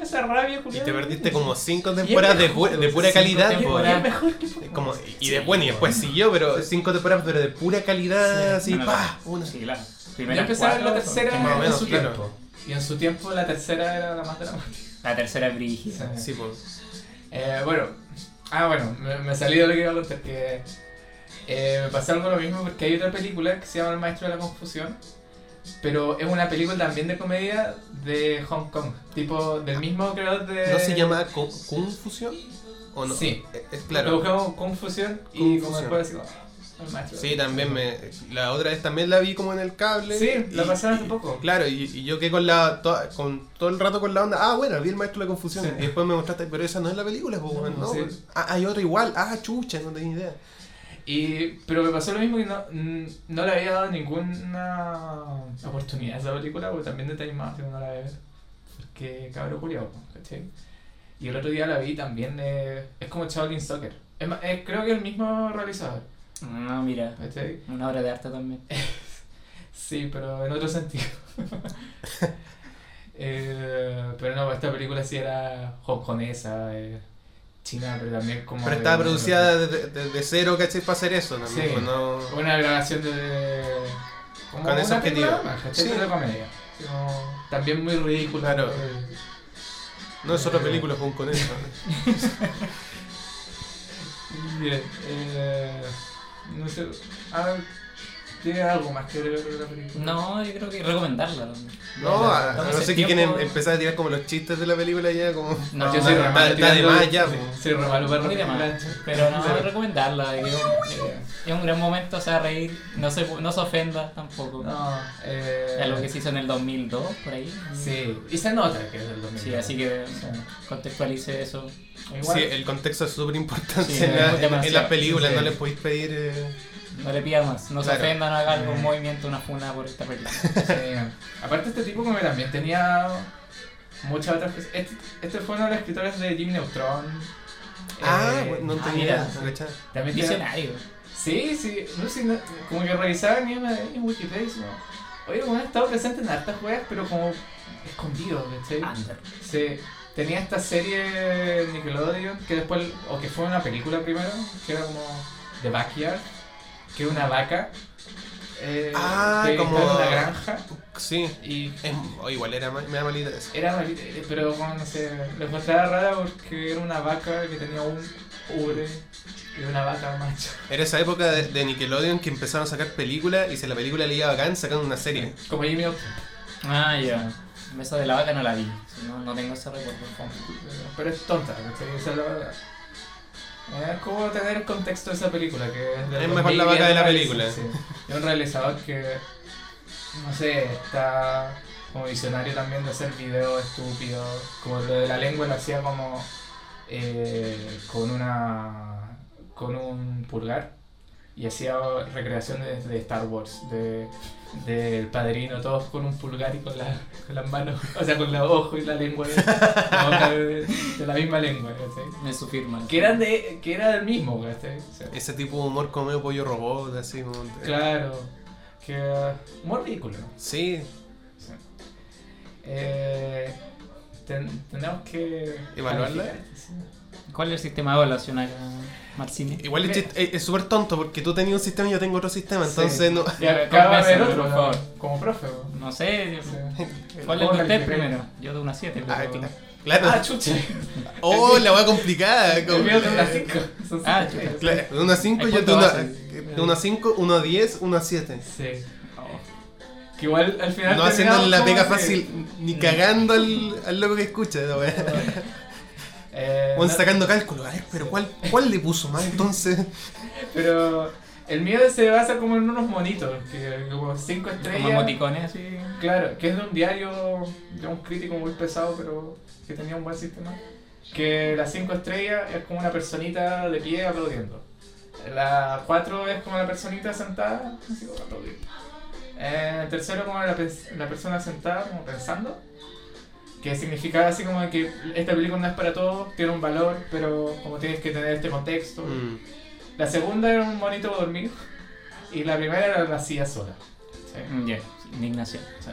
Esa rabia
Y
culiada.
te perdiste como cinco
es
temporadas de,
mejor,
pu- de pura
cinco
calidad.
Y
po.
temporadas.
es mejor que Pokémon.
Como, y de, bueno, y después siguió, pero cinco temporadas, pero de pura calidad, así, Ah, pa, una.
Sí, claro.
Yo empecé a ver la
cuatro son-
tercera
más o
en
menos,
su
claro.
tiempo. Y en su tiempo la tercera era la más dramática.
La tercera es brígida.
Sí, po.
Eh, bueno, ah, bueno, me, me salí de lo que iba a contar. Que eh, me pasó algo lo mismo porque hay otra película que se llama El Maestro de la Confusión. Pero es una película también de comedia de Hong Kong, tipo del mismo creador de...
¿No se llama con- Confusión? ¿O no?
Sí.
Eh, Es
Lo
claro.
buscamos Confusión y como
Confusión.
después decimos... "Ah, el maestro".
Sí, también me. La otra vez también la vi como en el cable.
Sí, la
y-
pasaron hace
y-
poco.
Claro, y, y yo quedé con la toda- con todo el rato con la onda. Ah, bueno, vi el maestro de la confusión.
Sí.
Y después me mostraste, pero esa no es la película, pues,
No,
no.
sí.
pues. Ah, hay otra igual. Ah, chucha, no tenía idea.
Y, pero me pasó lo mismo que no, mm, no le había dado ninguna oportunidad a esa película, porque también detalle más, no la había Porque cabrón curioso, ¿cachai? Y el otro día la vi también, eh, es como Shaolin Soccer. Es, ma- es- creo que el mismo realizador,
No, Ah, mira.
¿cachai?
Una obra de arte también.
Sí, pero en otro sentido. [laughs] Eh, pero no, esta película sí era hongkonesa, eh, china, pero también como... de-
Pero estaba producida desde de, de cero, ¿cachai? Para hacer eso también.
Sí.
pues, no-
Una grabación de. como
Con ese
una película
objetivo.
más, ¿cachai?
Sí.
Pero de comedia. Así como- También muy ridícula.
Claro.
eh,
No es otra película pues, con,
[laughs]
con eso. ¿no?
y, eh, eh, no sé. a ver, ¿Tiene algo más que ver con la película?
No, yo creo que recomendarla. No,
No, a, a
Estamos
no
en
sé que
tiempo-
quieren empezar a tirar como los chistes de la película ya, como. Ah,
No,
yo soy
está-
re malo
está de
tirando-
más ya, pues.
Soy re malo para
Muy de
recomendar.
más. Pero no,
Sí.
recomendarla. digo, eh, es un gran momento, o sea, reír. No se, no se ofenda tampoco.
No, eh.
Es lo que se hizo en el 2002, por ahí.
Sí, y se nota que es del 2000.
Sí, así que contextualice eso.
Igual.
Sí, el contexto es súper importante
Sí,
en, la-
es
en- en
demasiado,
las películas,
sí.
no le podéis pedir. eh,
No le pida más. No se
Claro.
ofenda, no haga algún
Mm.
movimiento, una funa por esta película.
Sí. Aparte este tipo como que también tenía muchas otras cosas. Este, este fue uno de los escritores de Jimmy Neutron.
Ah,
Eh,
bueno, no
ah,
tenía
mira.
idea, ¿cachai?
También tenía-
Visionario.
Sí, sí, no, sí, no- como que revisaba mi una vez en Wikipedia y decía, oye, bueno, ha estado presente en hartas juegas, pero como escondido, ¿cachai?
Ah.
Under.
Sí. Tenía esta serie Nickelodeon, que después, o que fue una película primero, que era como The Backyard, que era una vaca, eh,
Ah,
que
como-
estaba en una granja,
Sí,
y
es- o igual era ma- me da malita eso.
Era malita, eh, pero bueno, no sé, lo encontraba rara porque era una vaca que tenía un ubre y una vaca macho.
Era esa época de, de Nickelodeon que empezaron a sacar películas y si la película le iba bacán, sacaron una serie.
Como Jimmy Neutron.
Ah, ya. El Beso de la vaca no la vi. Si No, no tengo ese recuerdo.
Pero es tonta, ¿cachai? Esa es la verdad. Eh, Es como tener el contexto de esa película, que es del
Es mejor
2000
la
y
vaca de la
realiza-
película.
sí. Es un realizador que, no sé, está como visionario también de hacer videos estúpidos. Como lo de la lengua lo hacía como eh, con una con un pulgar y hacía recreaciones de Star Wars, de del padrino, todos con un pulgar y con, la, con las manos, [laughs] o sea, con los ojos y la lengua, de, la boca de, de la misma lengua, ¿cachai?
Es su firma.
Que, eran de, que era del mismo, ¿cachai? O sea,
Ese tipo de humor como medio pollo robot, así como. eh,
claro, que muy ridículo. ¿no?
Sí,
O sea, eh, ten- tenemos que...
¿Evaluarla?
calificar, sí.
¿Cuál es el sistema de evaluación acá, Marcini?
igual es
Me-
chist- es es súper tonto porque tú tenías un sistema y yo tengo otro sistema, entonces
Sí. Ah,
no.
Y acaba de ver
Convénceme,
otro,
por
¿no?
favor.
como profe. ¿no?
No sé.
O sea,
¿Cuál es
¿cómo
de usted
calificar?
primero? Yo de una 7.
Ah,
Pero...
cla- claro.
Ah, chucha.
oh, la wea complicada.
El
como-
mío de una cinco. Son
Ah,
cinco.
chuta.
Claro, de 1 a 5
Hay
yo de
punto
1
base.
a 5, 1 a 10, 1 a 7.
Sí.
Oh.
Que igual al final.
No haciendo
terminamos
la
este como
pega
que-
fácil, ni
Mm.
cagando al, al loco que escucha. la wea.
Eh,
Bueno,
no,
sacando cálculo, a ver, pero ¿cuál, cuál le puso mal entonces?
pero el mío se basa como en unos monitos, que como cinco
Como
estrellas.
emoticones así.
Claro, que es de un diario de un crítico muy pesado, pero que tenía un buen sistema. Que las cinco estrellas es como una personita de pie aplaudiendo. La cuatro es como la personita sentada, así como aplaudiendo. Eh, el tercero como la, pers- la persona sentada como pensando. Que significa así como que esta película no es para todos, tiene un valor, pero como tienes que tener este contexto.
Mm.
La segunda era un monito dormido y la primera era la silla sola. Sí.
Mm, Ya, indignación.
Sí.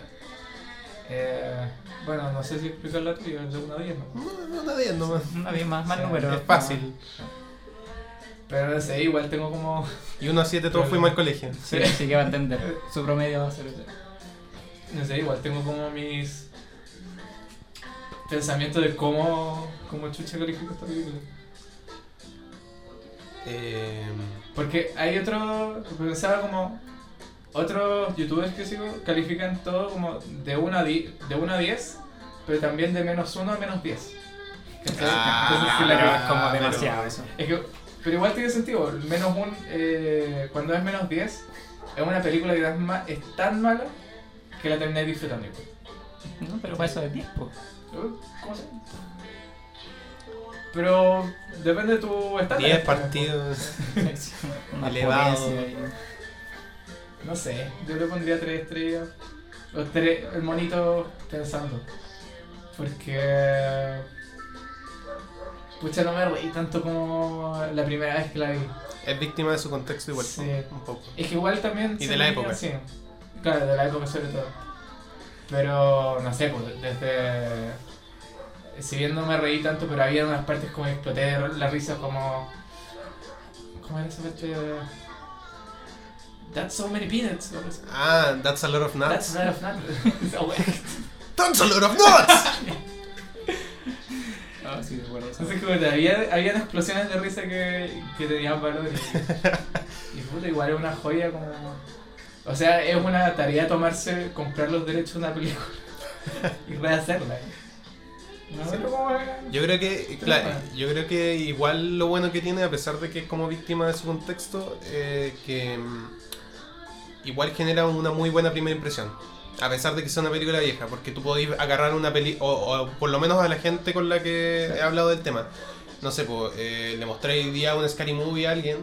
Eh, bueno, no sé si explicar la tuya, es de una 10, ¿no?
No, no está bien nomás.
Una vez más, más
Sí,
número.
Es fácil.
Pero no sé, igual tengo como...
Y 1 a 7 todo fue mal colegio.
Sí, así que va a entender. Su promedio va a ser ese.
No sé, igual tengo como mis... Pensamientos de cómo... Cómo chucha califico esta película.
Eh,
Porque hay otro... Pensaba como... Otros youtubers que sigo califican todo como de 1 a, di- de uno a 10, pero también de menos 1 a menos 10. ¿Cachai? Entonces, si la
pero
que-
es como
Ah, pero-
demasiado eso.
es que, pero igual tiene sentido. Menos un. eh, cuando es menos 10, es una película que es, ma- es tan mala que la termináis disfrutando. igual.
No, pero para eso
[laughs]
de tiempo.
Uy, ¿Cómo se llama? Pero depende de tu estándar.
10 partidos.
Una
Elevado.
potencia y-
No sé, yo le pondría 3 estrellas. O tres, el monito pensando. Porque. Pucha, no me reí tanto como la primera vez que la vi.
Es víctima de su contexto igual.
Sí.
Un poco.
Es que igual también.
Y
se
de la
veía
época.
así. Claro, de la época sobre todo. Pero no sé, pues desde. Si bien no me reí tanto, pero había unas partes como que exploté de la risa, como. ¿Cómo era esa parte de.? That's so many peanuts. ¿no?
Ah, that's a lot of nuts.
That's a lot of nuts. [laughs] Esa wea.
That's a lot of nuts.
Ah, sí, me acuerdo de eso.
Entonces, como que había, habían explosiones de risa que, que tenían valor.
[laughs]
y- Y, puta, igual es una joya como. O sea, es una tarea tomarse, comprar los derechos de una película [laughs] y rehacerla. No, pero como es-
Yo creo que, claro, yo creo que igual lo bueno que tiene, a pesar de que es como víctima de su contexto, eh, que mm, igual genera una muy buena primera impresión. A pesar de que sea una película vieja, porque tú podés agarrar una peli, o, o por lo menos a la gente con la que he hablado del tema. No sé, pues, eh, le mostré hoy día un Scary Movie a alguien,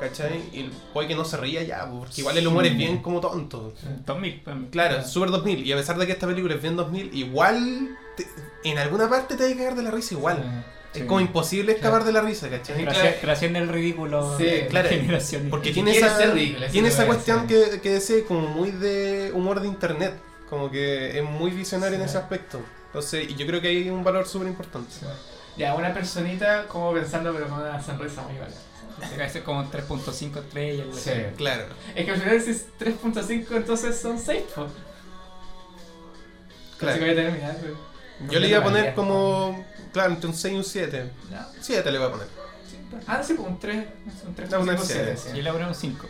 ¿cachai? Y puede que no se ría ya, porque igual el humor es bien como tonto.
2000, para mí.
Claro, Super 2000. Y a pesar de que esta película es bien 2000, igual te- en alguna parte te hay que cagar de la risa igual.
Sí.
Es como imposible escapar de la risa, ¿cachai?
Trasciende trasciende el ridículo
Sí,
de
claro.
generación.
Porque
Y
tiene
quiere
esa,
ser ridículo, eso
tiene
es
esa
lo que
cuestión
decía.
que, que decía como muy de humor de internet. Como que es muy visionario en ese aspecto. Entonces, y yo creo que hay un valor súper importante.
Ya, una personita como pensando, pero con una sonrisa muy bacana.
Ese es como 3.5 estrellas. güey.
Sí.
Claro.
Es que al final, si es 3.5, entonces son 6. Pues.
Claro.
Así que voy a terminar. pues.
Yo le iba a
Vale.
poner como, claro, entre un 6 y un 7. 7 le voy a poner.
Ah, sí, pues un 3. Un 3.
No,
No,
un
un
siete.
Yo le voy a poner un 5.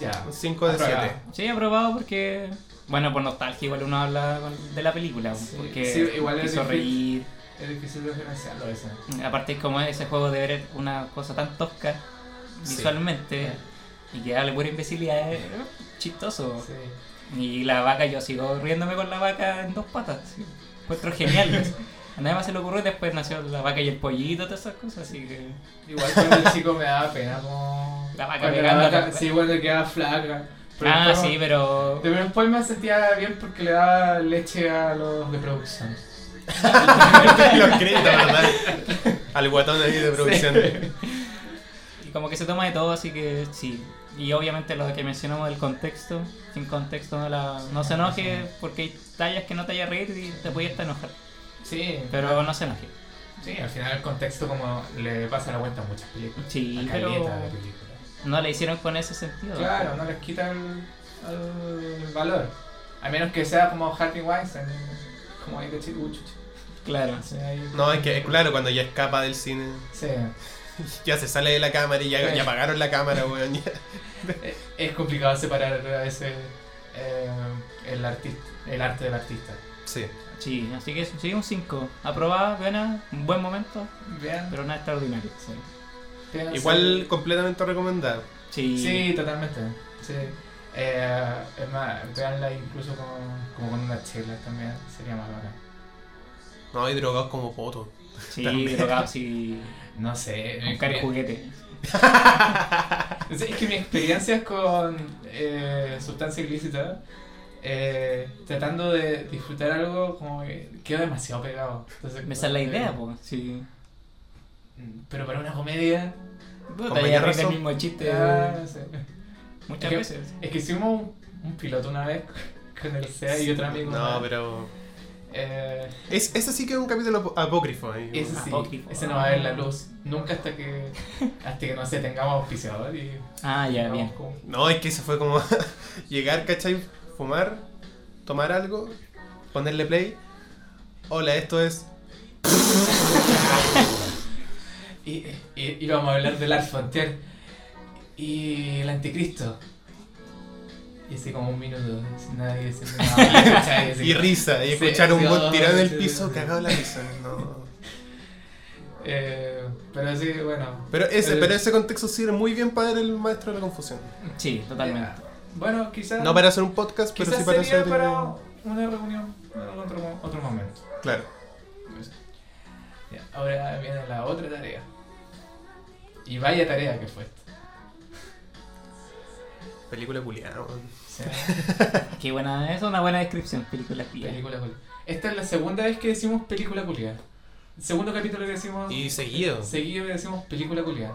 Ya.
Un 5 de
Aprobado.
[laughs] 7.
Sí, aprobado porque. Bueno, por nostalgia, igual uno habla con- de la película.
Sí,
Porque
sí, igual es
quiso reír.
difícil. Es difícil diferenciarlo eso.
Aparte, es como ese juego de ver una cosa tan tosca
Sí.
visualmente y que darle pura imbecilidad es chistoso.
Sí.
Y la vaca, yo sigo riéndome con la vaca en dos patas. sí. Encuentro
[laughs]
genial. eso. A nadie más se le ocurrió. Después nació la vaca y el pollito, todas esas cosas. Así que.
Igual cuando el chico me daba pena como...
La vaca
cuando
pegando a la
vaca-
vaca.
Sí, cuando quedaba flaca. Pero
ah,
después-
sí, pero.
Pero después me sentía bien porque le daba leche a los de producción.
Los créditos, ¿verdad? Al guatón ahí de producción.
Y como que se toma de todo, así que sí. Y obviamente lo que mencionamos del contexto, sin contexto no, la, no se enoje porque hay tallas que no te haya reír y te puede hasta enojar.
Sí,
Pero no se enoje.
sí, al final el contexto como le pasa la vuelta a muchas películas.
Sí,
La
pero
caleta de películas.
no le hicieron con ese sentido.
Claro, no les quita el, el valor. A menos que sea como Harvey Weinstein, como ahí de Chirucho.
Claro.
No, es que, es claro, cuando ya escapa del cine.
Sí.
Ya se sale de la cámara y ya,
Sí.
ya apagaron la cámara, weón. ya.
Eh, Es complicado separar a veces eh, el, artista, el arte del artista.
Sí.
Sí, así que sí, un 5. Aprobada, buena, un buen momento,
Bien.
pero nada extraordinario.
Sí. Piensa-
Igual completamente recomendado.
Sí.
Sí, totalmente. Sí. Eh, es más, veanla incluso con, como con unas chelas también, sería más bacán.
No, hay drogados como fotos.
Sí,
[laughs]
drogado, sí.
No sé. mi
Buscar
experien-
juguete.
Sí, es que mi experiencia con eh, sustancia ilícita, eh, tratando de disfrutar algo, como que quedo demasiado pegado. Entonces,
Esa es la
como que-
idea, pues. Sí.
Pero para una comedia...
Puta,
mayor
ya el
razón.
mismo chiste
ah, no sé.
muchas
Es que-
veces.
Es que hicimos un, un piloto una vez [laughs] con el SEA y otro amigo.
No,
más.
pero.
Eh,
Es, ese sí que es un capítulo ap- apócrifo. ¿eh? ahí,
ese
weón.
sí,
Apócrifo.
ese no va a ver la luz nunca hasta que, hasta que no sé, tengamos auspiciador y...
Ah, ya,
vamos
bien.
con-
No, es que eso fue como [laughs] llegar, ¿cachai? Fumar, tomar algo, ponerle play. Hola, esto es.
Y, y, y vamos a hablar de Lars Frontier y el anticristo. Y así como un minuto, sin nadie decirme
[laughs]
nada.
Y risa, y
Sí,
escuchar a un
sí, oh,
bot tirado en el
sí.
piso cagado la risa.
[laughs]
No.
Eh, pero sí, bueno.
Pero ese,
El-
pero ese contexto sirve muy bien para ver el maestro de la confusión.
Sí, totalmente.
Ya. Bueno, quizás.
No para hacer un podcast, pero
Ah. quizás
sí para
sería
hacer.
para una reunión en algún otro, mo- otro momento.
Claro.
No sé. Ya, ahora viene la otra tarea. Y vaya tarea que fue esta.
Película culiada, weón.
O sea,
Qué buena, es una buena descripción, película espía.
película culia. Esta es la segunda vez que decimos película culia. Segundo capítulo que decimos.
Y seguido.
Seguido que decimos película culia.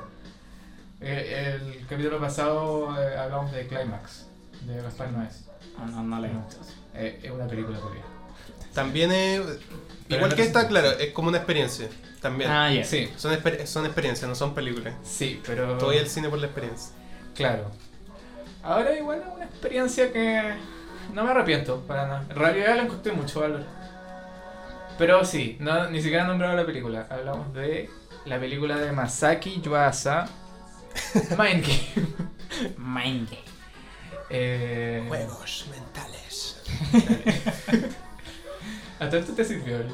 Eh, el capítulo pasado eh, hablamos de Climax, de Gaspar Noés.
Ah, no, no la he
No.
visto.
Eh, es una película culia.
También es.
Pero
Igual
no
que
es-
esta, claro, es como una experiencia. También.
Ah, ya.
Sí,
Son, exper- son experiencias, no son películas.
sí, pero.
Voy al cine por la experiencia.
Claro. Ahora igual es una experiencia que no me arrepiento para nada. En realidad le encontré mucho valor. Pero sí, no, ni siquiera he nombrado la película. Hablamos de la película de Masaki
[laughs]
Yuasa, Mind Game.
Mind Game.
Eh,
Juegos mentales.
¿A todo esto te sirvió? el-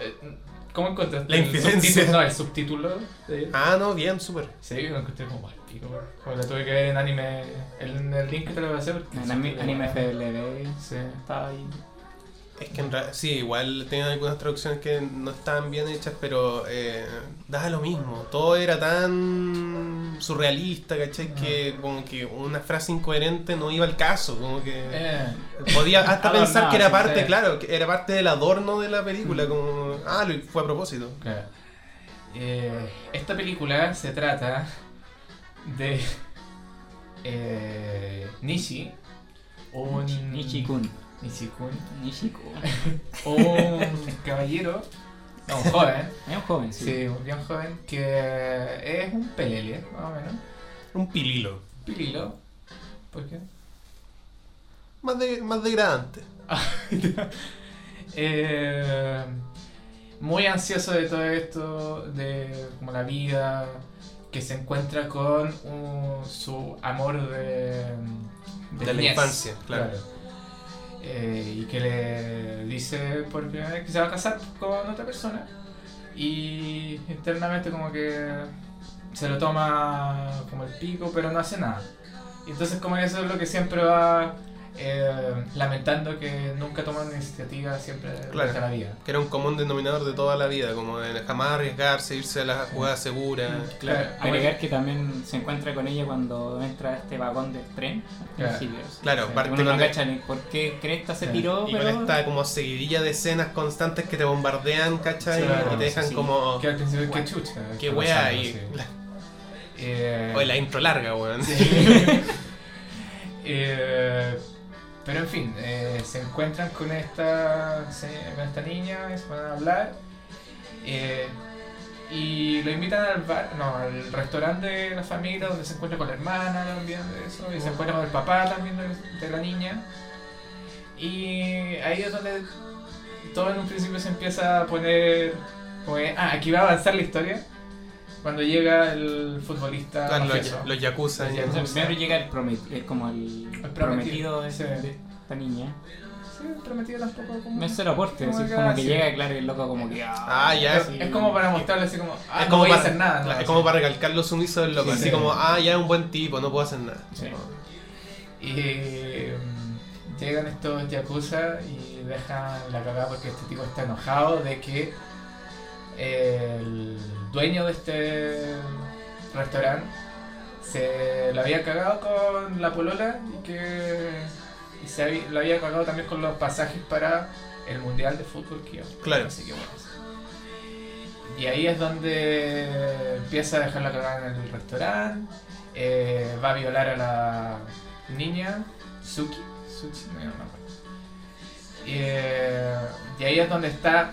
eh, ¿Cómo encontraste
La
el
infidencia.
subtítulo? No, el subtítulo. de-
Ah, no, bien, súper.
Sí, lo encontré como mal pico. güey. Como lo tuve que ver en anime. En el link que te lo voy a hacer.
En anime, anime FLB
Sí.
está ahí.
Es que en realidad, sí, igual tenían algunas traducciones que no estaban bien hechas, pero eh, daba lo mismo. Todo era tan surrealista, ¿cachai? Que como que una frase incoherente no iba al caso, como que...
Eh,
Podía hasta
Adornado,
pensar que era
sí,
parte,
sí.
claro, que era parte del adorno de la película, como... Ah, lo- fue a propósito.
Claro. Eh, esta película se trata de eh, Nishi, un
Nichikun.
Nishi-kun,
Nichikun.
un caballero, no, un joven,
Es un joven, sí.
sí, un bien joven que es un pelele, más o menos,
Un pililo.
pililo, ¿por qué?
Más, de, más degradante.
[laughs] Eh, muy ansioso de todo esto, de como la vida, que se encuentra con un- su amor de,
De la
niñez.
infancia, claro.
Eh, y que le dice por primera vez que se va a casar con otra persona. Y internamente como que se lo toma como el pico, pero no hace nada. Y entonces como eso es lo que siempre va eh, lamentando que nunca toman iniciativa siempre
Claro.
de la vida.
Que era un común denominador de toda la vida, como de jamás arriesgarse, irse a la jugada segura.
Claro,
Agregar que también se encuentra con ella cuando entra a este vagón del tren. al
Claro.
principio, sí.
Claro,
Sí,
parte
Uno no
con-
cacha ni por qué Cresta se
Sí.
tiró,
Y con
pero...
esta como seguidilla de escenas constantes que te bombardean, ¿cachai?
Sí, claro,
y te dejan
sí.
como...
Que al principio,
Guau,
qué chucha.
Qué
está
wea
pasando,
[laughs] ahí.
sí. Eh,
Oye, la intro larga, weón. [laughs]
[laughs] Eh, pero en fin, eh, se encuentran con esta, se- con esta niña, se van a hablar. eh, y lo invitan al bar, no, al restaurante de la familia donde se encuentra con la hermana también de eso, y se encuentra con el papá también de, de la niña. Y ahí es donde todo en un principio se empieza a poner como que, ah, aquí va a avanzar la historia. Cuando llega el futbolista
Están
mafioso.
los, los yakuza.
Los
ya.
O sea,
yakuza.
primero llega el prometido, es como el,
prometido,
prometido, de,
sí.
de esta niña.
Sí, prometido tampoco como-
No es el aporte,
Como
así,
que
como que
así.
llega, claro, y el loco como que... Ah,
Ah, ya.
Es, es como para mostrarle así como, ah,
es
no
como
voy a
para,
hacer nada. ¿no?
es como para recalcar lo sumiso del loco.
Sí,
así
sí.
como, ah, ya es un buen tipo, no puedo hacer nada.
Sí.
Y mm, llegan estos yakuza y dejan la cagada porque este tipo está enojado de que el dueño de este restaurante se lo había cagado con la polola y que y se había- lo había cagado también con los pasajes para el mundial de fútbol que iba.
Claro.
Así que bueno. Y ahí es donde empieza a dejar la cagada en el restaurante. eh, va a violar a la niña Suki. Suki, no, no me acuerdo. Eh, y ahí es donde está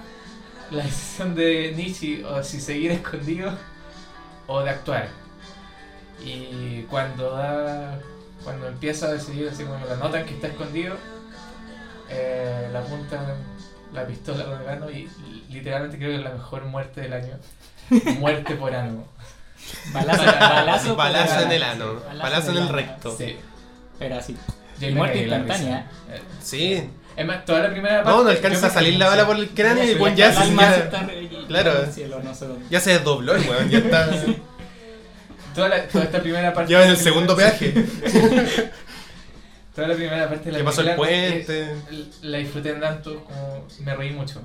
la decisión de Nishi o si seguir [laughs] escondido o de actuar. Y cuando da, cuando empieza a decidir, así como la notan que está escondido, eh, la apuntan la pistola con el ano y literalmente creo que es la mejor muerte del
[laughs]
año. Muerte por ano.
Balazo,
Balazo
balazo,
Balazo
pero-
en el ano,
sí,
balazo en el
ano.
recto.
Sí.
Pero así,
Yo
Y
me
muerte
caí de la
instantánea.
risa. Eh,
Sí.
Es más, toda la primera parte.
No, no
yo
alcanza
me
a salir
caí,
la
no
bala
sé.
por el cráneo y
Eso,
el weón
ya
ya
está
se
el alma,
ya-
se está re-
Claro.
en el cielo, no sé dónde.
ya se desdobló el weón, ya está.
Toda, la- toda esta primera parte.
Ya en el segundo peaje.
Toda la primera parte de la
Ya pasó el
película, eh,
puente.
la disfruté tanto, como me reí mucho.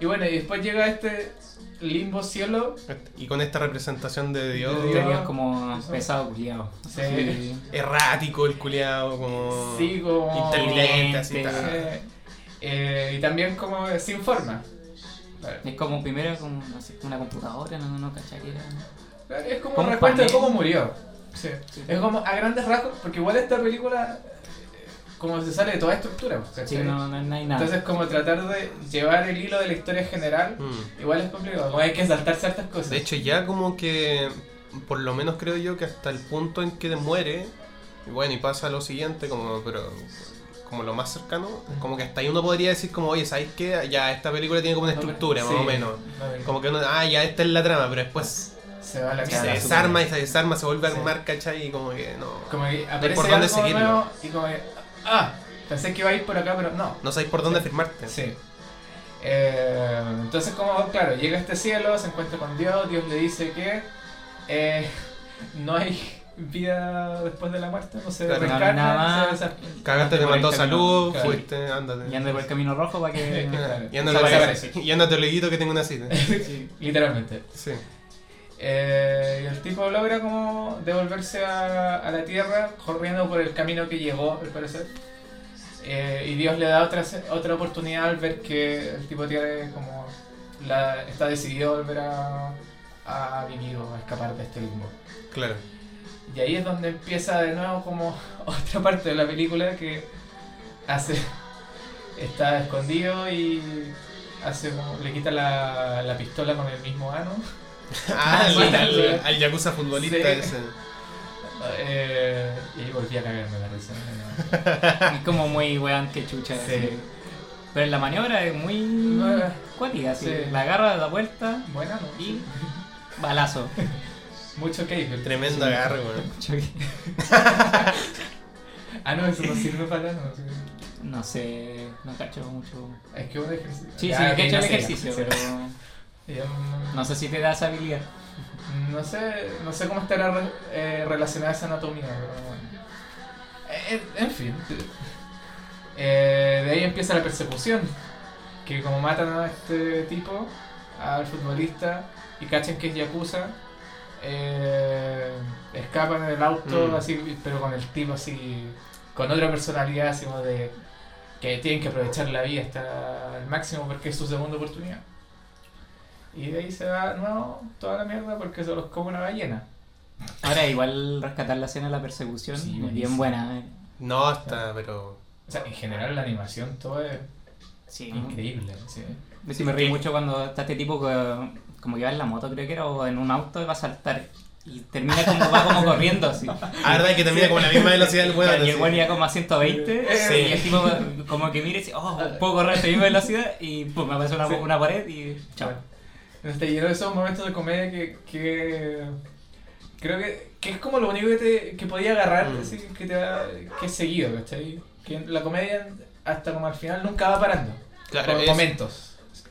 Y bueno, y después llega este limbo cielo.
Y con esta representación de
De Dios.
Dios.
Tenías como pesado, culiado.
Sí.
Errático el culiado, como.
Sí, como.
Inteligente, así
Sí.
tal.
Eh, eh, y también como sin forma.
Es como primero como, no sé, una computadora, no, no, cachai que era.
Es como
Como
un recuento de
panel.
cómo murió. Sí. Es como a grandes rasgos, porque igual esta película eh, como se sale de toda estructura. pues, ¿cachai?
Sí, no, no, no hay nada.
Entonces como tratar de llevar el hilo de la historia general,
Mm.
igual es complicado. Como hay que saltar ciertas cosas.
De hecho, ya como que, por lo menos creo yo que hasta el punto en que muere, y bueno, y pasa lo siguiente, como, pero, como lo más cercano,
Mm.
como que hasta ahí uno podría decir como, oye, ¿sabes qué? Ya, esta película tiene como una estructura, más o
Sí.
menos.
A ver,
Como que uno, ah, ya esta es la trama, pero después
se va a la
se
cara.
desarma y se desarma, se vuelve a
Sí.
armar, ¿cachai? Y como que no...
Como que aparece
por dónde
algo
seguirlo.
nuevo y como que, ah, pensé que iba a ir por acá, pero no.
No sabéis por dónde firmarte.
Sí. Eh, entonces, como, claro, llega a este cielo, se encuentra con Dios, Dios le dice que eh, [laughs] no hay vida después de la muerte, no se
Claro, no hay
reencarna,
nada
no se
más.
desa-
Cagaste, te
Por el
mandó
camino.
salud,
Claro.
fuiste, ándate. Ah,
Y ande por el camino rojo
[laughs]
para que.
Claro.
Y ándate,
Desaparece.
y ándate, Leguito, que tengo
[laughs]
una cita.
Sí.
Literalmente.
Sí.
Eh, y el tipo logra como devolverse a, a la tierra corriendo por el camino que llegó, al parecer. Eh, y Dios le da otra, se- otra oportunidad al ver que el tipo tiene como. la- está decidido a volver a, a vivir o a escapar de este limbo.
Claro.
Y ahí es donde empieza de nuevo como [laughs] otra parte de la película que hace. está escondido y hace como- le quita la, la pistola con el mismo ano.
Ah,
sí,
al,
sí.
al, al yakuza futbolista
Sí.
ese.
Eh, y ahí volví a cagarme la risa. ¿no?
Es como muy weón que chucha.
Sí.
así. Pero la maniobra es muy
Ah,
cuática, así.
sí.
La agarra, da vuelta
Buena, ¿no?
y.
[laughs]
balazo.
Mucho cable.
Tremendo agarre, weón.
Ah, no, eso no sirve para nada.
No sé, no cacho mucho.
Es que un ejercicio.
Sí,
Ya,
sí,
ok,
he hecho
no
el
sé,
ejercicio,
sí.
pero
Ya, mm,
no sé si te da esa habilidad.
No sé, no sé cómo estará re- eh, relacionada esa anatomía, pero bueno. Eh, eh, en fin. Eh, de ahí empieza la persecución. Que como matan a este tipo, al futbolista, y cachan que es Yakuza, eh, escapan en el auto,
Mm.
así, pero con el tipo así, con otra personalidad, así como de que tienen que aprovechar la vida hasta el máximo porque es su segunda oportunidad. Y de ahí se va, no, toda la mierda porque se los come una ballena.
Ahora, igual rescatar la escena de la persecución,
Sí,
bien
buenísimo.
buena. eh.
No, hasta, pero.
O sea, en general la animación todo es
Sí,
increíble. Sí.
Sí, me reí mucho cuando está este tipo que, como que va en la moto, creo que era, o en un auto y va a saltar. Y termina como, va como corriendo así.
Ah, verdad que termina como a la misma [laughs] velocidad del
Claro,
weón.
y el weón
así.
iba como a 120
Sí.
y el tipo como que mira y dice, oh, puedo correr a esta misma velocidad y pum, me aparece una,
Sí.
una pared y chao.
Este, y esos momentos de comedia que, que creo que, que es como lo único que, te, que podía agarrar,
Mm.
así, que, te va- que es seguido, ¿cachai? Que la comedia hasta como al final nunca va parando.
Claro,
por
es-
momentos.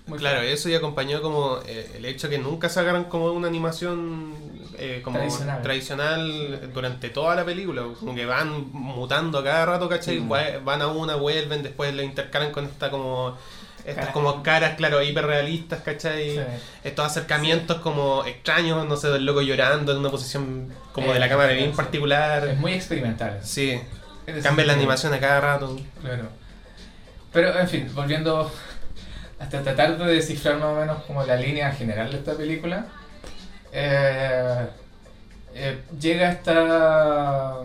Muy
Claro, eso y acompañó como eh, el hecho que nunca sacaron como una animación eh, como
Tradicional.
tradicional. durante toda la película. Como que van mutando a cada rato, ¿cachai?
Sí.
Va- Van a una, vuelven, después lo intercalan con esta como. Estas
Cara.
como caras, claro, hiperrealistas, ¿cachai?
Sí.
Estos acercamientos como extraños, no sé, del loco llorando en una posición como de
Eh,
la cámara bien
sí.
particular.
Es muy experimental.
Sí,
Es decir,
cambian la
que-
animación a cada rato.
Claro. Pero, en fin, volviendo hasta tratar de descifrar más o menos como la línea general de esta película, eh, eh, llega esta...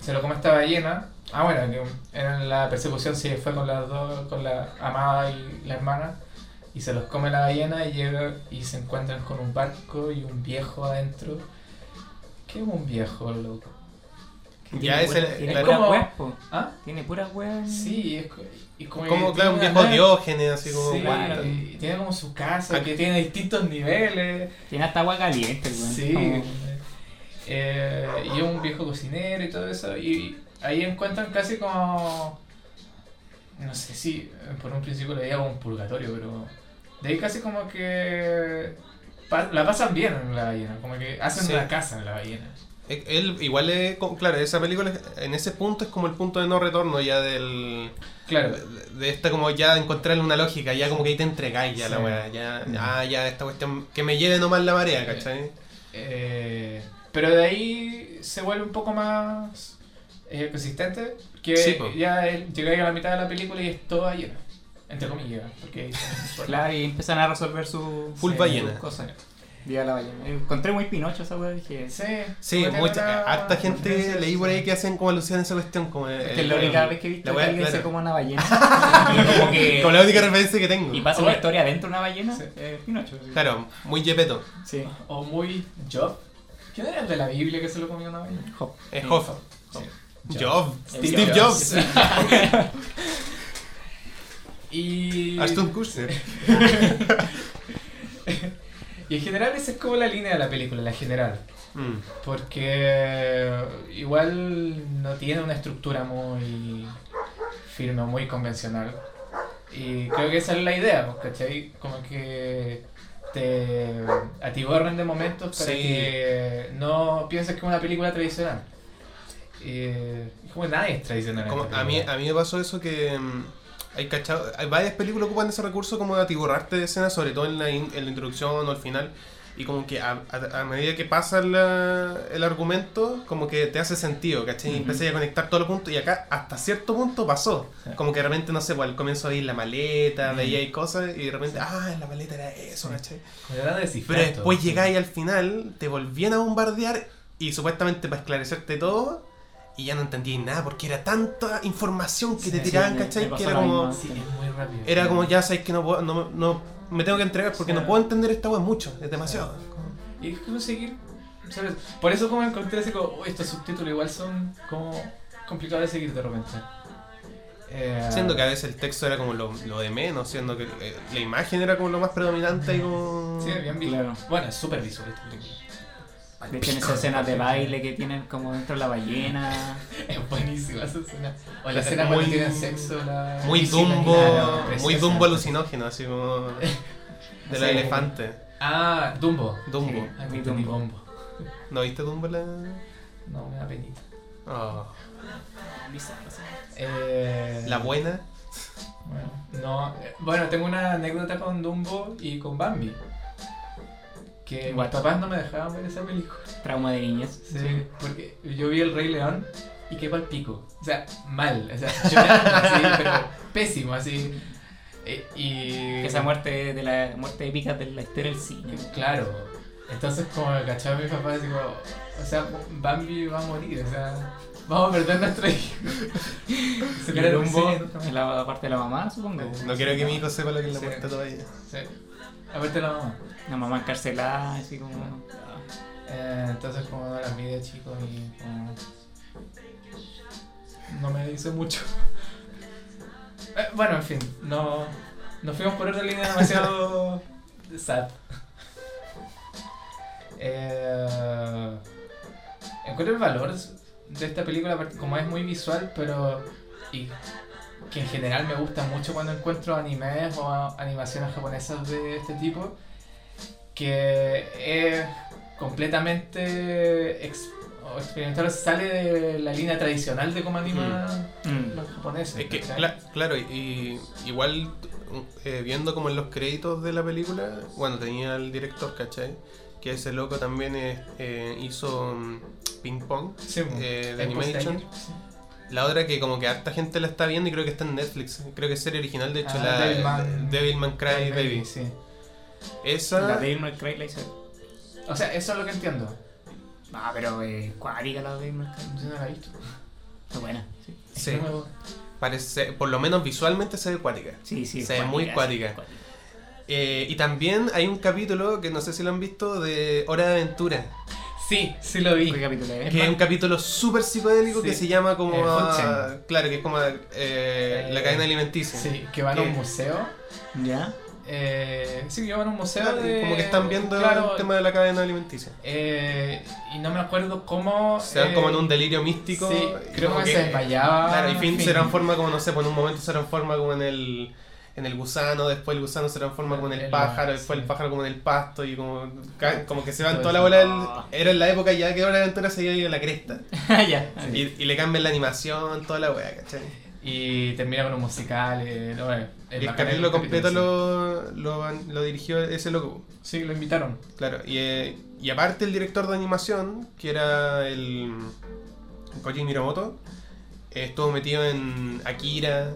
se lo come esta ballena. Ah, bueno, que en la persecución sí fue con las dos, con la amada y la hermana, y se los come la ballena y llega y se encuentran con un barco y un viejo adentro. ¿Qué es un viejo, loco?
Ya es el-
Tiene
claro.
puras
¿Cómo?
weas, po.
¿ah?
Tiene puras weas.
Sí, es, co- y como,
Como,
que
claro,
tiene
un
una
viejo
nave-
diógenes, así como...
Sí,
guay.
y tiene como su casa,
Ah.
que tiene distintos niveles.
Tiene hasta agua caliente, el weón.
Sí.
Como-
Eh, y es un viejo cocinero y todo eso. Y ahí encuentran casi como. No sé si por un principio le veía como un purgatorio, pero. De ahí casi como que. pa- la pasan bien en la ballena, como que hacen
Sí.
una casa en la ballena.
Eh, Él igual es, como- claro, esa película es- en ese punto es como el punto de no retorno ya del
Claro,
de- de esta como ya encontrarle una lógica, ya como que ahí te entregáis ya la
Sí.
weá, ya,
Mm.
ah, ya esta cuestión que me lleve nomás la marea, ¿cachai?
Eh, pero de ahí se vuelve un poco más eh, consistente. Que
Sí, po.
ya él llega ahí a la mitad de la película y es toda llena. Entre comillas, porque [laughs] ahí-
Claro, y empiezan a resolver su eh,
Full
su
ballena.
cosa. Viva la ballena. Encontré muy pinocho esa weá, dije.
Sí,
Sí,
puede tener
mucha,
una-
harta gente leí por ahí que hacen como alusión a esa cuestión, como el-
Es que es la única vez que he visto
la
que
weá,
alguien se
claro.
come una ballena. y como [laughs] que.
Como la única referencia que tengo.
Y pasa una historia dentro de una ballena.
Sí.
eh, Pinocho. sí.
Claro, muy Yepeto.
Sí.
O muy Job. ¿Quién era el de la Biblia que se lo comió una vez?
Hop.
Es
Sí.
Hoff.
Sí.
Jobs.
Steve
Steve Jobs. [laughs]
[laughs] Y.
Ashton Kutcher.
Y en general esa es como la línea de la película, la general.
Mm.
Porque igual no tiene una estructura muy firme, muy convencional. Y creo que esa es la idea, pues, ¿cachai? Como que te atiborran de momentos para
Sí.
que no pienses que es una película tradicional. Eh, es como nadie es tradicional. en este
Como-
esta
a, mí,
película.
a mí me pasó eso que mm, hay, cachado, hay varias películas que ocupan ese recurso como de atiborrarte de escenas, sobre todo en la, in- en la introducción o al final. Y como que a, a- a medida que pasa la- el argumento, como que te hace sentido, ¿cachai? Y
Ujú.
empecé a conectar todos los puntos y acá hasta cierto punto pasó.
Sí.
Como que de repente, no sé, pues, al comienzo veis la maleta,
Mm.
veíais cosas y de repente, ah, la maleta era eso,
Sí.
¿cachai?
Como tratando de descifrar
Pero
todo,
después
sí.
llegáis al final, te volvían a bombardear y supuestamente para esclarecerte todo y ya no entendíais nada porque era tanta información que
Sí,
te
sí,
tiraban,
me-
¿cachai?
me
que
pasó
era
lo
como,
mismo.
Sí, es muy rápido.
era como ya sabéis que no, puedo- no, no- me tengo que entregar porque
Sí.
no puedo entender esta web mucho, es demasiado.
Y es como seguir. ¿sabes? Por eso, como encontré así, como, "Uy, estos subtítulos igual son como complicados de seguir de repente. Eh,
Siendo que a veces el texto era como lo, lo de menos, siendo que eh, la imagen era como lo más predominante y como...
Sí, bien visual.
Claro.
Bueno, es súper visual esta película.
De hecho, en esas escenas de baile que tienen como dentro de la ballena.
Es buenísima esa escena. O la
Es
escena
muy-
cuando tienen sexo. La...
Muy
Sí, la-
dumbo,
claro, preciosa.
muy dumbo alucinógeno, así como... De los
Sí.
elefantes.
Ah, Dumbo.
Dumbo.
Ah, muy Dumbo.
¿No viste Dumbo la...?
No, me da penita.
Oh.
Eh,
La buena.
Bueno, no, eh, bueno, tengo una anécdota con Dumbo y con Bambi. Que mis
What?
papás no me dejaban ver esa película.
Trauma de niñez.
Sí, porque yo vi El Rey León y qué pal pico. O sea, mal. O sea, llorando
[laughs]
así, pero pésimo, así. Eh, y.
Esa muerte de la muerte épica de la historia del cine.
Claro. Entonces, como me cachaba mi papá, digo, o sea, Bambi va a morir, o sea, vamos a perder nuestro hijo. Su
[laughs] Y
cara de
Dumbo,
sí,
en la parte de la mamá, supongo.
No quiero que mi hijo sepa lo que es la
Sí.
muerte todavía.
sí. Aparte, la mamá.
La mamá encarcelada, así como.
Eh, entonces, como no las vi de chico y como. No me hizo mucho. Eh, bueno, en fin, no. Nos fuimos por otra línea demasiado. sad. Eh, encuentro el valor de esta película, aparte, como es muy visual, pero. y que en general me gusta mucho cuando encuentro animes o a- animaciones japonesas de este tipo, que es completamente ex- o experimental, sale de la línea tradicional de cómo animan
Mm.
los japoneses.
Es que,
¿cachai?
cla- claro, y, y igual eh, viendo como en los créditos de la película, bueno, tenía el director, ¿cachai? Que ese loco también eh, eh, hizo mm, Ping Pong.
Sí, pues.
eh, de
el post
Animation.
ayer, sí.
La otra que como que harta gente la está viendo y creo que está en Netflix. Creo que es serie original, de hecho,
Ah,
la
Devilman-
Devilman Cry
Cry
Baby.
Baby, sí.
Esa...
La de Irma Craig la hizo.
O sea, eso es lo que entiendo.
Ah, pero eh, cuática la de Irma Craig.
Yo no la he visto.
Está buena. Sí,
Sí.
Es nuevo.
Parece, por lo menos visualmente se ve acuática.
sí. sí
Se ve muy
cuática, sí,
Eh, y también hay un capítulo que no sé si lo han visto de Hora de Aventura.
Sí, sí lo vi.
¿Qué capítulo es?
Que es un capítulo súper psicodélico
Sí.
que se llama como.
Eh, Food
ah,
Chain.
claro, que es como eh,
Eh,
la cadena alimenticia.
Sí, que van a un
¿Qué?
museo
¿Ya?
eh, Eh, sí, que van a un museo
Claro,
de-
como que están viendo
eh, claro,
el tema de la cadena alimenticia.
eh, y no me acuerdo cómo...
Se dan
eh,
como en un delirio místico.
sí,
y
creo
como
que se Ah, desmayaba,
Claro, y Finn
Finn. [laughs]
se transforma como, no sé, pues en un momento se transforma como en el, en el gusano, después el gusano se transforma como en el
El-
pájaro, después
sí.
el pájaro como en el pasto y como, ca- como que se van
Todo
toda la
eso.
bola. del- era en la época ya que Hora de Aventura se había ido a la cresta.
Ah, ya.
Y, y le cambian la animación, toda la wea, ¿cachai?
Y termina con un musical. eh, no, eh,
Y el
bacán el
capítulo completo
sí.
lo, lo, lo dirigió ese loco.
Sí, lo invitaron.
Claro, y, eh, y aparte el director de animación, que era el Koji Miramoto, eh, estuvo metido en Akira,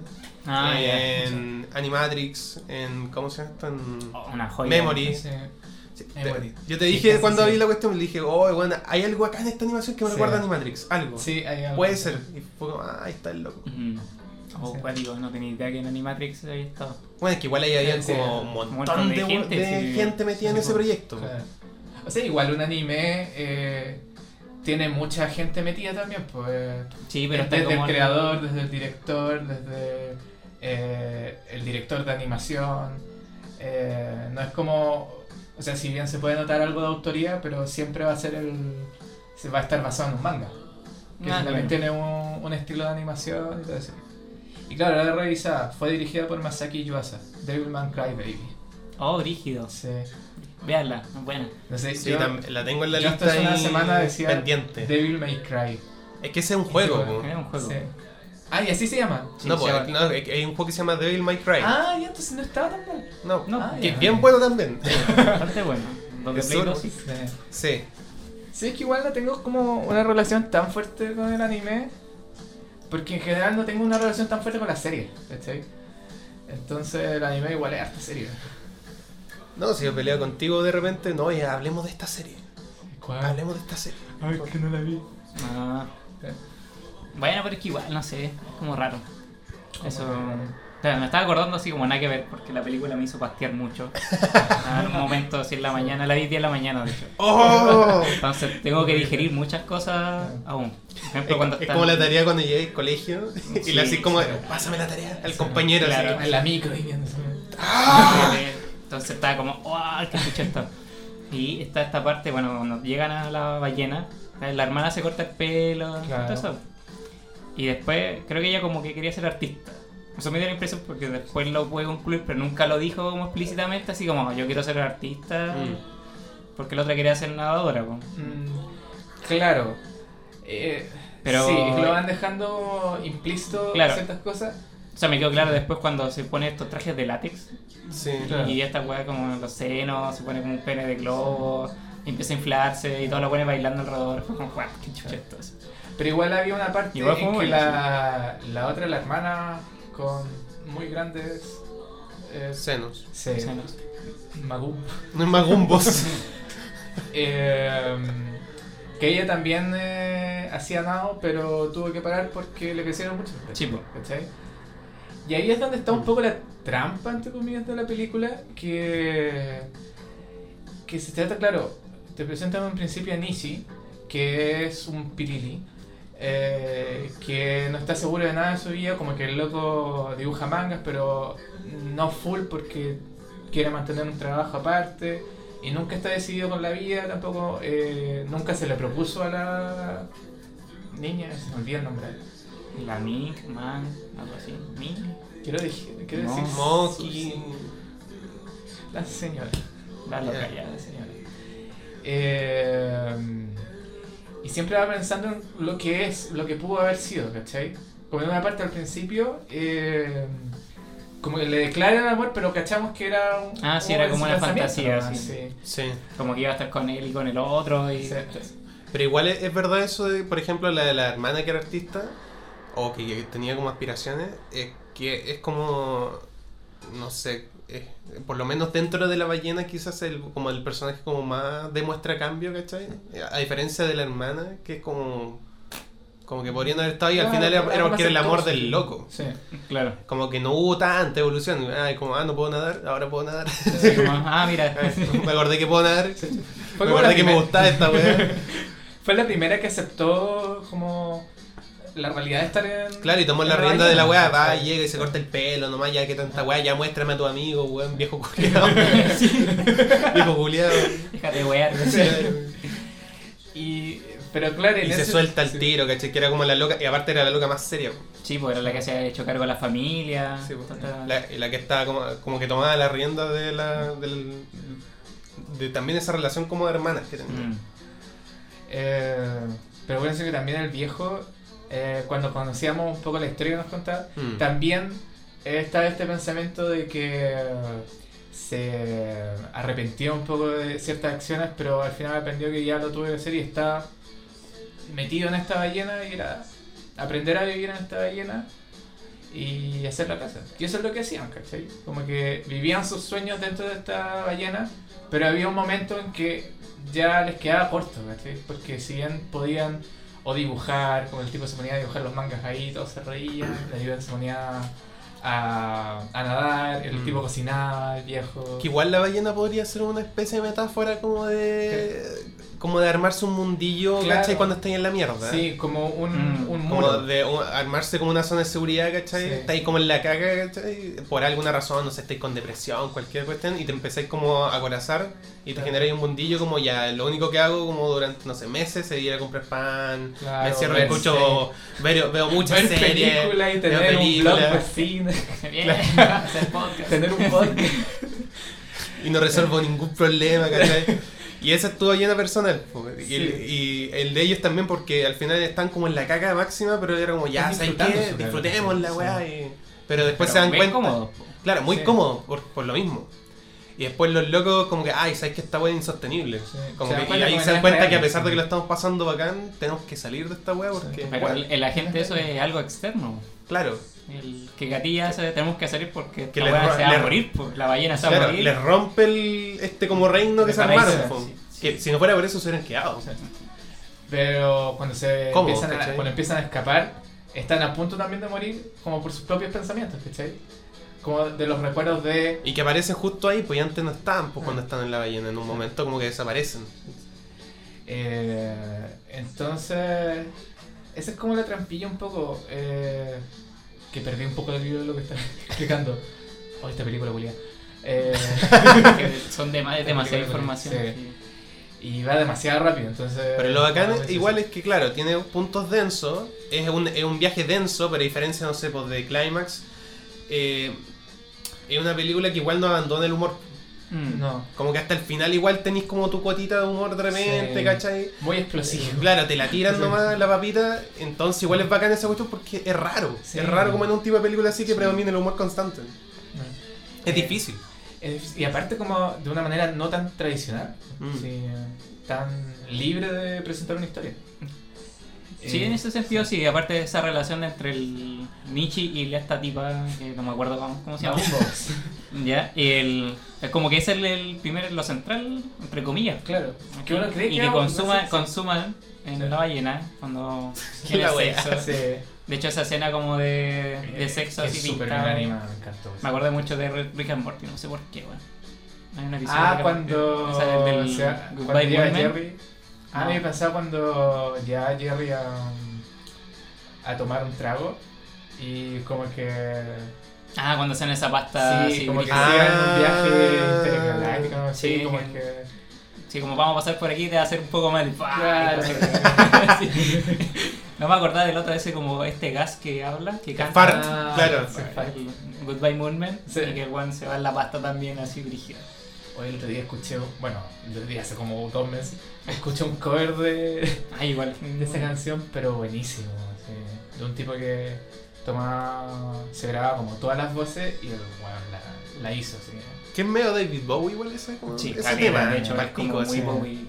Ah, ya.
en Animatrix, en. ¿Cómo se llama esto? En
Oh, Una joya.
Memory.
Sí.
Sí,
Eh,
te-
bueno.
yo te
Sí,
dije
casi
cuando
sí.
vi la cuestión, le dije, oh, bueno, hay algo acá en esta animación que me
Sí.
recuerda a Animatrix, algo.
Sí, hay algo
Puede
así.
ser. Y fue como, ah, ahí está el loco.
Mm. Oh,
Sí.
cuático, no tenía idea que en Animatrix había estado.
Bueno, es que igual ahí había
Sí.
como un
Un
montón,
montón
de,
de gente,
de
sí.
gente metida en
Sí,
ese
bueno.
proyecto.
Claro. O sea, igual un anime eh, tiene mucha gente metida también, pues.
Sí, pero está
desde
como
el creador, desde el director, desde eh, el director de animación. eh, no es como. O sea, si bien se puede notar algo de autoría, pero siempre va a ser el. Se va a estar basado en un manga. Que
Ah,
también
claro.
tiene un, un estilo de animación y todo eso. Y claro, la revisada fue dirigida por Masaki Yuasa, Devilman Crybaby.
Oh, rígido.
Sí.
Veanla, buena.
No sé,
Sí,
yo-
tam- la tengo en la
yo
lista
hasta hace una
ahí
semana decía
pendiente.
Devil May Cry.
Es que ese es un juego.
juego,
po.
Es un juego.
Sí. Ah, y así se llama.
no,
Sí,
po,
se llama.
no, hay hay un juego que se llama Devil May Cry.
Ah, ya, entonces no estaba tan mal.
no,
No,
Ah,
que es
ya.
bien bueno también.
Bastante bueno. Donde
Es
Play
solo-
2 sí.
Sí.
sí.
Sí, es que igual no tengo como una relación tan fuerte con el anime. Porque en general no tengo una relación tan fuerte con la serie, ¿cachai? Entonces el anime igual es harta serio.
No, si yo peleo contigo de repente, no, ya hablemos de esta serie.
¿Cuál?
Hablemos de esta serie.
Ay, que no la vi.
Ah. Bueno, pero es que igual, no sé, es como raro. Eso. o sea, me estaba acordando así como nada que ver, porque la película me hizo pastear
[laughs]
mucho. Ah, en un momento, así en la mañana, la vi 10 de la mañana, de hecho.
¡Oh!
Entonces tengo que digerir muchas cosas aún. Por ejemplo, cuando
Es, es
están...
como la tarea cuando llegué al colegio y le así como, pásame la tarea al compañero. así.
claro.
En la micro y viendo.
Entonces estaba como, ¡guau! ¿Qué escucha esto? Y está esta parte, bueno, cuando llegan a la ballena, eh, la hermana se corta el pelo,
Claro.
todo eso. Y después, creo que ella como que quería ser artista. Eso me dio la impresión porque después lo pude concluir, pero nunca lo dijo como explícitamente, así como, yo quiero ser artista,
Mm.
porque la otra quería ser nadadora, pues.
Mm, Claro. Eh,
Pero-
Sí, lo van dejando implícito
Claro.
ciertas cosas.
O sea, me quedó claro después cuando se pone estos trajes de látex
Sí.
Claro.
y esta weá como los senos, se pone como un pene de globo, y empieza a inflarse y todo lo pone bailando alrededor. Fue como, guau, qué chucha esto.
Pero igual había una parte
Igual fue
en que
bueno,
la, la otra, la hermana, con muy grandes. eh,
Senos.
se-
Senos.
Magú.
No es más gumbos.
[laughs]
Eh, que ella también eh, hacía nado, pero tuvo que parar porque le crecieron mucho. los pechos,
Sí, po.
¿cachai? Y ahí es donde está un poco la trampa, entre comillas, de la película, que, que se trata, claro, te presentan en principio a Nishi, que es un pirili, eh, que no está seguro de nada en su vida, como que el loco dibuja mangas, pero no full porque quiere mantener un trabajo aparte y nunca está decidido con la vida, tampoco eh, nunca se le propuso a la niña, se me olvidó el nombre.
La Mink, Man, algo así. Mink.
Quiero, dej- quiero
No.
decir
Moki.
la señora.
La loca
Ya.
ya, la señora.
Eh, y siempre va pensando en lo que es, lo que pudo haber sido, ¿cachai? Como en una parte al principio, eh, como que le declaran amor, pero cachamos que era un.
Ah, sí, era
un
como una
pensamiento
fantasía,
nomás,
sí.
Sí.
Como que iba a estar con él y con el otro y...
sí.
Pero igual es, es verdad eso de, por ejemplo, la de la hermana que era artista, o que, que tenía como aspiraciones, es que es como, no sé, es- por lo menos dentro de la ballena quizás el, como el personaje como más demuestra cambio, ¿cachai? A, a diferencia de la hermana, que es como, como que podrían haber estado ahí, al
Claro,
final era, era
algo
porque era el amor
aceptoso.
del loco.
Sí.
Claro.
Como que no hubo tanta evolución, ah, como, ah, no puedo nadar, ahora puedo nadar. [laughs]
Así como, ah, mira.
me acordé que puedo nadar, me
como la
acordé que me
primer-
gustaba esta weá.
Fue la primera que aceptó como la realidad de estar en.
Claro, y tomó
en
la rienda de la weá, va,
Sí.
llega y se corta el pelo nomás, ya que tanta weá, ya muéstrame a tu amigo,
[laughs]
weón, viejo culiado.
Sí.
viejo culiado.
Déjate de wear.
Y, pero claro, en
Y se
ese-
suelta el
sí.
tiro, ¿cachai? Que era como la loca, y aparte era la loca más seria, weón.
Sí, pues era la que se había hecho cargo a la familia.
Sí, pues,
tanta-
la, la que estaba como, como que tomaba la rienda de la. del- de también esa relación como de hermanas que tenía.
Mm. [laughs]
Eh, pero bueno, sí que también el viejo, eh, cuando conocíamos un poco la historia que nos contaba,
Mm.
también estaba este pensamiento de que eh, se arrepentía un poco de ciertas acciones, pero al final aprendió que ya lo tuve que hacer y está metido en esta ballena y era aprender a vivir en esta ballena y hacer la casa. Y eso es lo que hacían, ¿cachai? Como que vivían sus sueños dentro de esta ballena, pero había un momento en que ya les quedaba corto, ¿cachai? Porque si bien podían o dibujar, como el tipo se ponía a dibujar los mangas ahí, todos se
[clears throat]
reían, la ayuda se ponía a, a nadar, el
Mm.
tipo cocinaba, el viejo...
Que igual la ballena podría ser una especie de metáfora como de. como de armarse un mundillo,
Claro.
¿cachai? Cuando estáis en la mierda. ¿eh?
Sí, como un,
Mm.
un
Como
muro.
de o- armarse como una zona de seguridad, ¿cachai?
Sí.
Estáis como en la caga, ¿cachai? Por alguna razón, no sé, estáis con depresión, cualquier cuestión, y te empezáis como a acorazar y te
Claro.
generáis un mundillo como ya, lo único que hago como durante, no sé, meses, es ir a comprar pan,
Claro,
me encierro y
ver
escucho, veo, veo muchas
ver
series,
películas y
veo
tener un blog
películas,
vecino,
Bien, [laughs] hacer
[laughs]
podcast.
tener un podcast.
y no
Eh.
resuelvo ningún problema, ¿cachai?
[laughs]
Y esa es tu ballena personal. po, Y, el, y el de ellos también, porque al final están como en la caca máxima, pero era como ya,
Están
¿sabes
disfrutando
qué?
su caca,
Disfrutemos la
sí.
weá. y- Pero después
Pero
Pues se dan
ven
cuenta.
cómodo.
Claro, muy
Sí.
cómodo por, por lo mismo. Y después los locos como que, ay, ¿sabes que esta weá es insostenible?
Sí.
Como
Se dan
que, y
cuenta
ahí
como
se dan
es
cuenta
real,
que a pesar de
sí.
que lo estamos pasando bacán, tenemos que salir de esta weá
Sí.
porque...
Pero
bueno,
el, el agente eso es algo externo.
claro,
El que gatilla se- tenemos que salir porque
Que
la
le
weá
ro-
se va
le-
a morir, pues, la ballena se va a
claro,
morir.
les rompe el, este como reino que
Me
se
parece,
armaron. po.
sí, sí.
Que si no fuera por eso se hubieran quedado.
Pero cuando se
Cómodo,
empiezan a,
¿cachai?
cuando empiezan a escapar, están a punto también de morir como por sus propios pensamientos, ¿cachai? Como de los recuerdos de...
Y que aparecen justo ahí, pues y antes no estaban, pues
Ah.
cuando están en la ballena, en un momento como que desaparecen.
eh, entonces... Esa es como la trampilla un poco... eh, que perdí un poco del libro de lo que estaba [laughs] explicando. Oh, esta película, Eh, Julián.
[laughs]
que son de más- demasiada información.
Sí.
sí.
y va demasiado rápido, entonces...
Pero lo bacán
a veces-
igual es que, claro, tiene puntos densos, es un, es un viaje denso, pero a diferencia, no sé, pues de Climax, eh, es una película que igual no abandona el humor.
Mm.
No,
Como que hasta el final igual tenés como tu cuotita de humor de repente,
Sí.
¿cachai? Eh,
muy explosivo.
Claro, te la tiran
Sí.
nomás la papita, entonces igual es bacán esa cuestión porque es raro.
Sí.
Es raro como en un tipo de película así que predomina el humor constante.
Eh,
Es difícil.
Es- Y aparte como de una manera no tan tradicional,
Mm.
sí, tan libre de presentar una historia.
Sí,
Eh,
en
[laughs]
ese sentido sí, aparte de esa relación entre el Michi y la- esta tipa, que no me acuerdo cómo, cómo se llama.
Maumbo.
Ya, el, es como que ese es el, el primer, lo central, entre comillas.
claro. Que uno cree
y
que
que consuma,
no sé,
consuman en
Sí.
la ballena
[laughs]
cuando
Que la
tiene
wea.
sexo.
sí.
De hecho, esa escena como de, de
Eh,
sexo
es
así
súper
pintado.
bien animada, me encantó.
Me acuerdo mucho de Rick and Morty, no sé por qué, weón. Hay una episodio de
Ah,
Rick and
cuando,
Morty, esa del, del
o sea,
Goodbye
cuando llega
Women.
Jerry. Ah,
No.
me pensaba cuando llega Jerry a, a tomar un trago y como que
Ah, cuando hacen esa pasta
sí,
así,
como que
brillo.
Ah.
hacían un
Ah.
viaje intergaláctico, ¿no?
Sí,
sí, como
que-
que...
Sí, como vamos a pasar por aquí, te va a hacer un poco mal. ¡Pah!
Claro.
[laughs] Sí. No me acordaba del otro, ese como este gas que habla, que canta. Ah,
Fart, claro.
sí, fart.
El Goodbye Moonman.
Sí.
Y que el one se va en la pasta también, así brígido.
Hoy el otro día escuché, bueno, el otro día hace como dos meses, escuché un cover de,
Ah, igual.
de esa canción, pero buenísimo, así, de un tipo que tomaba, se grababa como todas las voces y el weón la, la hizo, así.
Que es medio David Bowie igual ese, como,
Sí,
ese
caleta,
tema.
de hecho,
pa'l
es como
pico,
muy
así.
Bowie.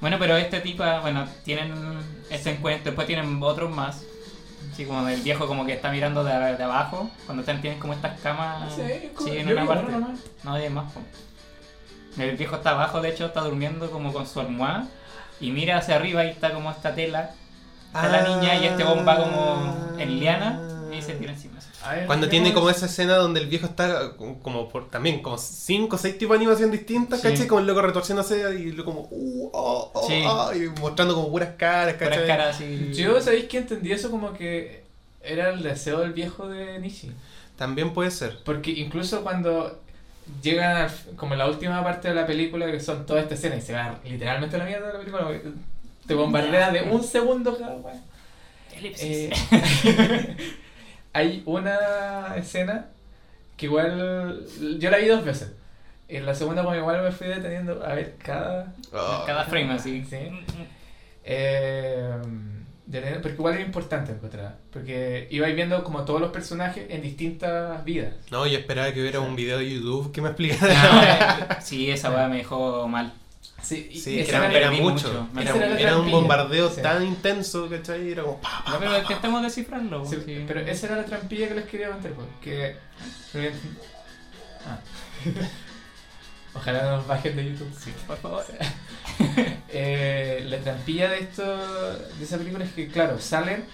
Bueno, pero este tipo, bueno, tienen este encuentro, después tienen otros más. Así como el viejo como que está mirando de, de abajo, cuando están, tienen como estas camas sí, en una parte. No hay más. po. El viejo está abajo, de hecho, está durmiendo como con su almohada. Y mira hacia arriba y está como
Ah.
este esta tela. Está la niña y este bomba como en liana. Y se tira encima. así.
A ver,
Cuando
¿qué
tiene
más?
como esa escena donde el viejo está como- como por también como cinco o seis tipos de animación distintas,
Sí.
¿cachai? Como el loco retorciéndose y lo como uh, oh, oh,
Sí.
oh, y mostrando como puras caras,
Puras
¿cachai?
caras así.
Yo, ¿sabéis que entendí eso como que era el deseo del viejo de Nishi?
También puede ser.
Porque incluso cuando llegan al, como en la última parte de la película, que son todas estas escenas y se van literalmente a la mierda de la película, porque te bombardean de un segundo cada weá.
Elipsis.
Eh, [laughs] hay una escena que igual yo la vi dos veces. En la segunda como igual me fui deteniendo a ver cada...
Oh.
Cada frame así.
Sí. eh, deteniendo- porque igual es importante encontrar. Porque ibais viendo como todos los personajes en distintas vidas.
No, yo esperaba que hubiera un video de YouTube que me
Ah.
explicara.
No, sí, esa weá me dejó mal.
Sí, y-
[laughs] Sí,
esa
que era,
era-
era
perdí
mucho.
mucho. Me
Era,
perdí.
un-
Esa era
era
la
un
trampilla.
bombardeo
Sí.
tan intenso, ¿cachai? Era como pa,
No, pero intentamos descifrarlo.
Sí,
sí.
Pero esa era la trampilla que les quería contar, pues, que... Ah. [laughs] Ojalá no nos bajen de YouTube.
Por favor.
Eh, la trampilla de esto, de esa película es que, claro, salen,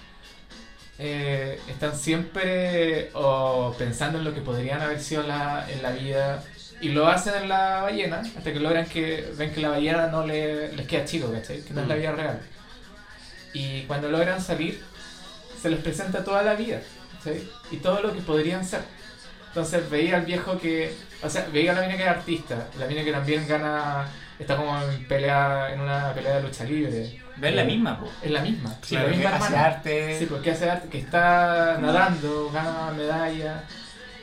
eh, están siempre o pensando en lo que podrían haber sido la, en la vida y lo hacen en la ballena hasta que logran que ven que la ballena no le, les queda chico, ¿cachai? Que no es la
Mm.
vida real. Y cuando logran salir, se les presenta toda la vida, ¿cachai? Y todo lo que podrían ser. Entonces veía al viejo que. O sea, veía a la mina que era artista, la mina que también gana. Está como en pelea, en una pelea de lucha libre.
Ver la misma, po.
Es la misma.
Sí,
la
pero
misma
hace
hermana.
arte.
Sí, porque hace arte, que está nadando, gana medalla.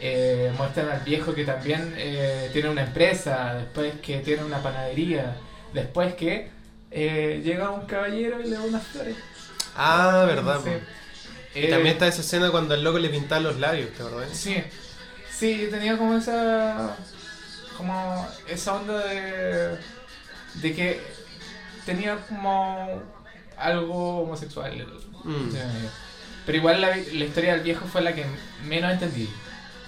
Eh, muestran al viejo que también eh, tiene una empresa, después que tiene una panadería, después que eh, llega un caballero y le da unas flores.
Ah, verdad.
Sí.
po. Y
Eh,
también está esa escena cuando el loco le pintaba los labios, ¿te acordás?
Sí, sí, yo tenía como esa. como esa onda de. de que tenía como algo homosexual.
Mm.
Pero igual la, la historia del viejo fue la que menos entendí.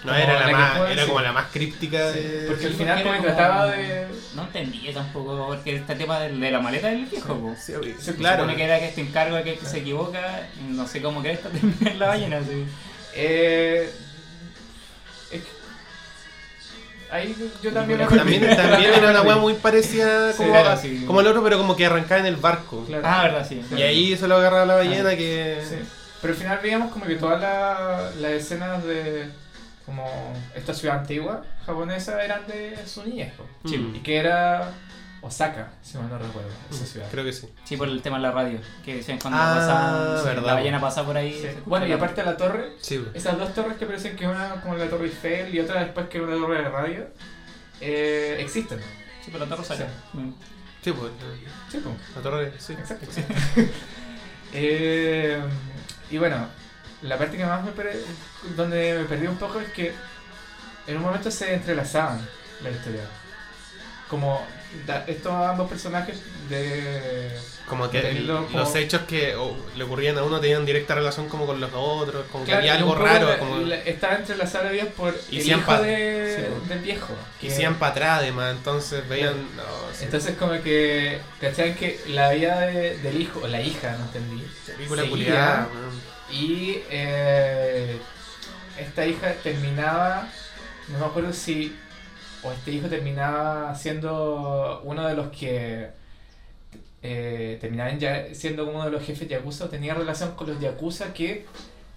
No,
Como
era la,
la que
más,
puede
era
ser.
como la más críptica
Sí,
de...
porque al
Sí,
final
porque
como
era
que trataba de-
No entendí tampoco, porque este tema del- de, la maleta del viejo, po.
Sí, obvio.
Sí,
claro.
Supone que era que este encargo de que se equivoca, no sé cómo crees que [laughs] terminar la ballena, sí.
Eh, es que- ahí yo también me [laughs]
También,
perdí.
también era una weá muy parecida
Sí,
como,
claro,
sí.
como el otro, pero como que arrancaba en el barco.
Claro.
Ah, verdad, sí.
Y ahí se lo agarraba la ballena que...
Sí. Pero al final veíamos como que todas la- las escenas de como esta ciudad antigua japonesa eran de su niñez. po.
Mm,
Sí.
Y que era Osaka, si mal no recuerdo, esa ciudad.
Creo que sí.
Sí, por el tema de la radio, que decían cuando
Ah,
pasaban, sí,
verdad,
la
po.
ballena pasa por ahí.
Sí.
se escucha
Bueno, y
la-
aparte la torre,
Sí, po.
esas dos torres que parecen que una como la torre Eiffel y otra después que era una torre de radio, eh, existen.
Sí, pero la torre sale. Mm.
Sí, po.
Sí, po.
La torre, sí.
Exacto. [laughs] Eh, y bueno, la parte que más me per- donde me perdí un poco es que en un momento se entrelazaban la historia. Como da- estos ambos personajes de...
Como que el-
Tenerlo como-
los hechos que o, le ocurrían a uno tenían directa relación como con los otros, como que había
y un
algo
poco
raro,
la-
como...
la- estaba entrelazada de ellos por
Y
el
sean
hijo
pa-
de-
sí, po.
del viejo. que-
Y se iban para atrás además, entonces veían... No, sí.
entonces como que, ¿cachai? Que la vida de- del hijo, o la hija, no entendí.
película
seguía-
culiada, weón.
Y eh, esta hija terminaba, no me acuerdo si, o este hijo terminaba siendo uno de los que eh, terminaban ya siendo uno de los jefes yakuza o tenía relación con los yakuza que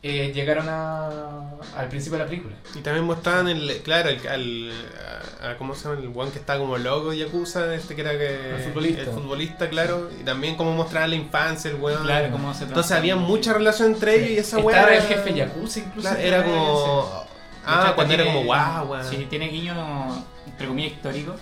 eh, llegaron a- al principio de la película.
Y también mostraban el, claro, el, al, a- a- ¿cómo se llama? El one que está como loco de Yakuza, este que era que,
El futbolista.
el futbolista, claro. Y también cómo mostraban la infancia, el weón.
Claro, cómo se
Entonces
transforma.
había mucha relación entre ellos y esa weá.
Estaba
era-
el jefe yakuza incluso.
claro, era como. Ah,
Muchacha
cuando era
tiene-
como guau, weón.
Sí, tiene guiño, entre comillas, histórico.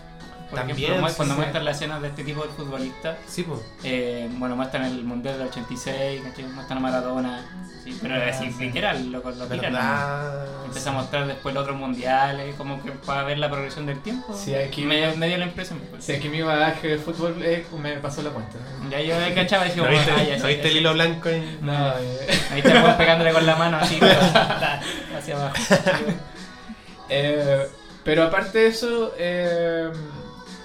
Por
También,
ejemplo, mu-
sí,
cuando
sí.
muestran las escenas de este tipo de futbolistas,
Sí, pues.
eh, bueno, muestran el Mundial del 86, ¿cachai? muestran a Maradona, sí, pero es así, literal, lo, lo tiran, ¿no?
Ah, Verdad.
Empieza a mostrar después los otros mundiales, como que para ver la progresión del tiempo.
Sí, aquí-
me, me dio la impresión. pues.
Si aquí mi bagaje de fútbol eh, me pasó la cuenta.
Ya yo me cachaba y decía,
¿No viste,
ah, ya
no
sí,
viste
ya
el
sí".
hilo blanco ahí?
No, eh.
Ahí está el weón pegándole con la mano así,
[laughs]
pero está hacia abajo.
[laughs] Eh, pero aparte de eso, eh,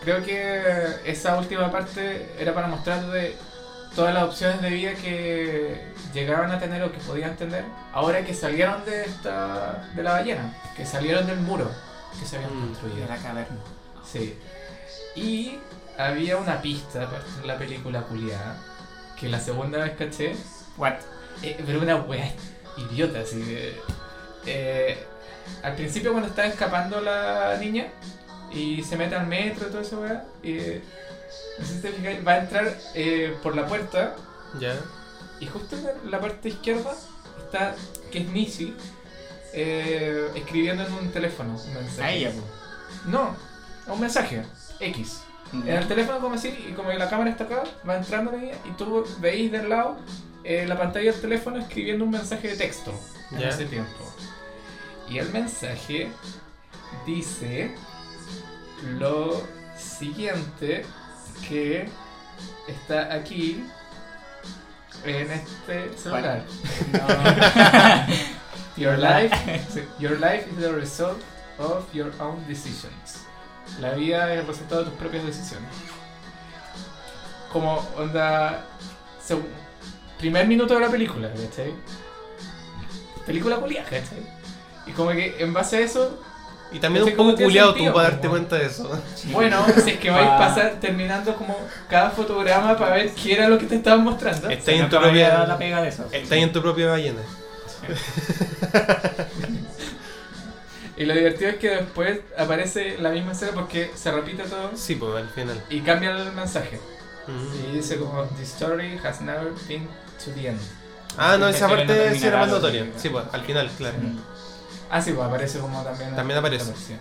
creo que esa última parte era para mostrar de todas las opciones de vida que llegaban a tener o que podían tener, ahora que salieron de esta de la ballena, que salieron del muro que se habían
Mm.
construido en la caverna. Sí. Y había una pista aparte en la película culiada que la segunda vez caché,
What?
eh, pero una weá idiota, así que, eh, al principio cuando está escapando la niña y se mete al metro y todo eso, weá, eh, no sé si te fijas, va a entrar eh, por la puerta
Ya.
y justo en la parte izquierda está que es Nisi eh, escribiendo en un teléfono un mensaje.
A ella,
No, un mensaje. X. En el
Eh,
pues.
teléfono como así, y como que la cámara está acá, va entrando la niña y tú veis del lado eh, la pantalla del teléfono escribiendo un mensaje de texto en
Ya.
ese tiempo. Y el mensaje dice lo siguiente que está aquí en este celular. [laughs] Your life, your life is the result of your own decisions. La vida es el resultado de tus propias decisiones. Como onda. seg- primer minuto de la película, ¿cachai? Película culia, ¿cachai? Y como que en base a eso,
Y también
Ese
un
como
poco
tiene
culiado
sentido,
tú para darte
como-
cuenta de eso. [laughs]
bueno, si es que vais
Pa-
a pasar terminando como cada fotograma para ver qué era lo que te estaban mostrando.
Está
Te
ahí en tu
nunca me había dado la
propia.
pega de eso.
Está ahí en tu propia ballena.
Y lo divertido es que después aparece la misma escena porque se repite todo
Sí, pues al final.
y cambia el mensaje.
Mm.
Y dice como, the story has never been to the end.
Ah, no,
Sí,
esa
que no
parte sí
terminará
era más
la
notoria.
película.
Sí, pues al final, claro.
Sí. Ah, sí, pues aparece como también...
También aparece.
Sí,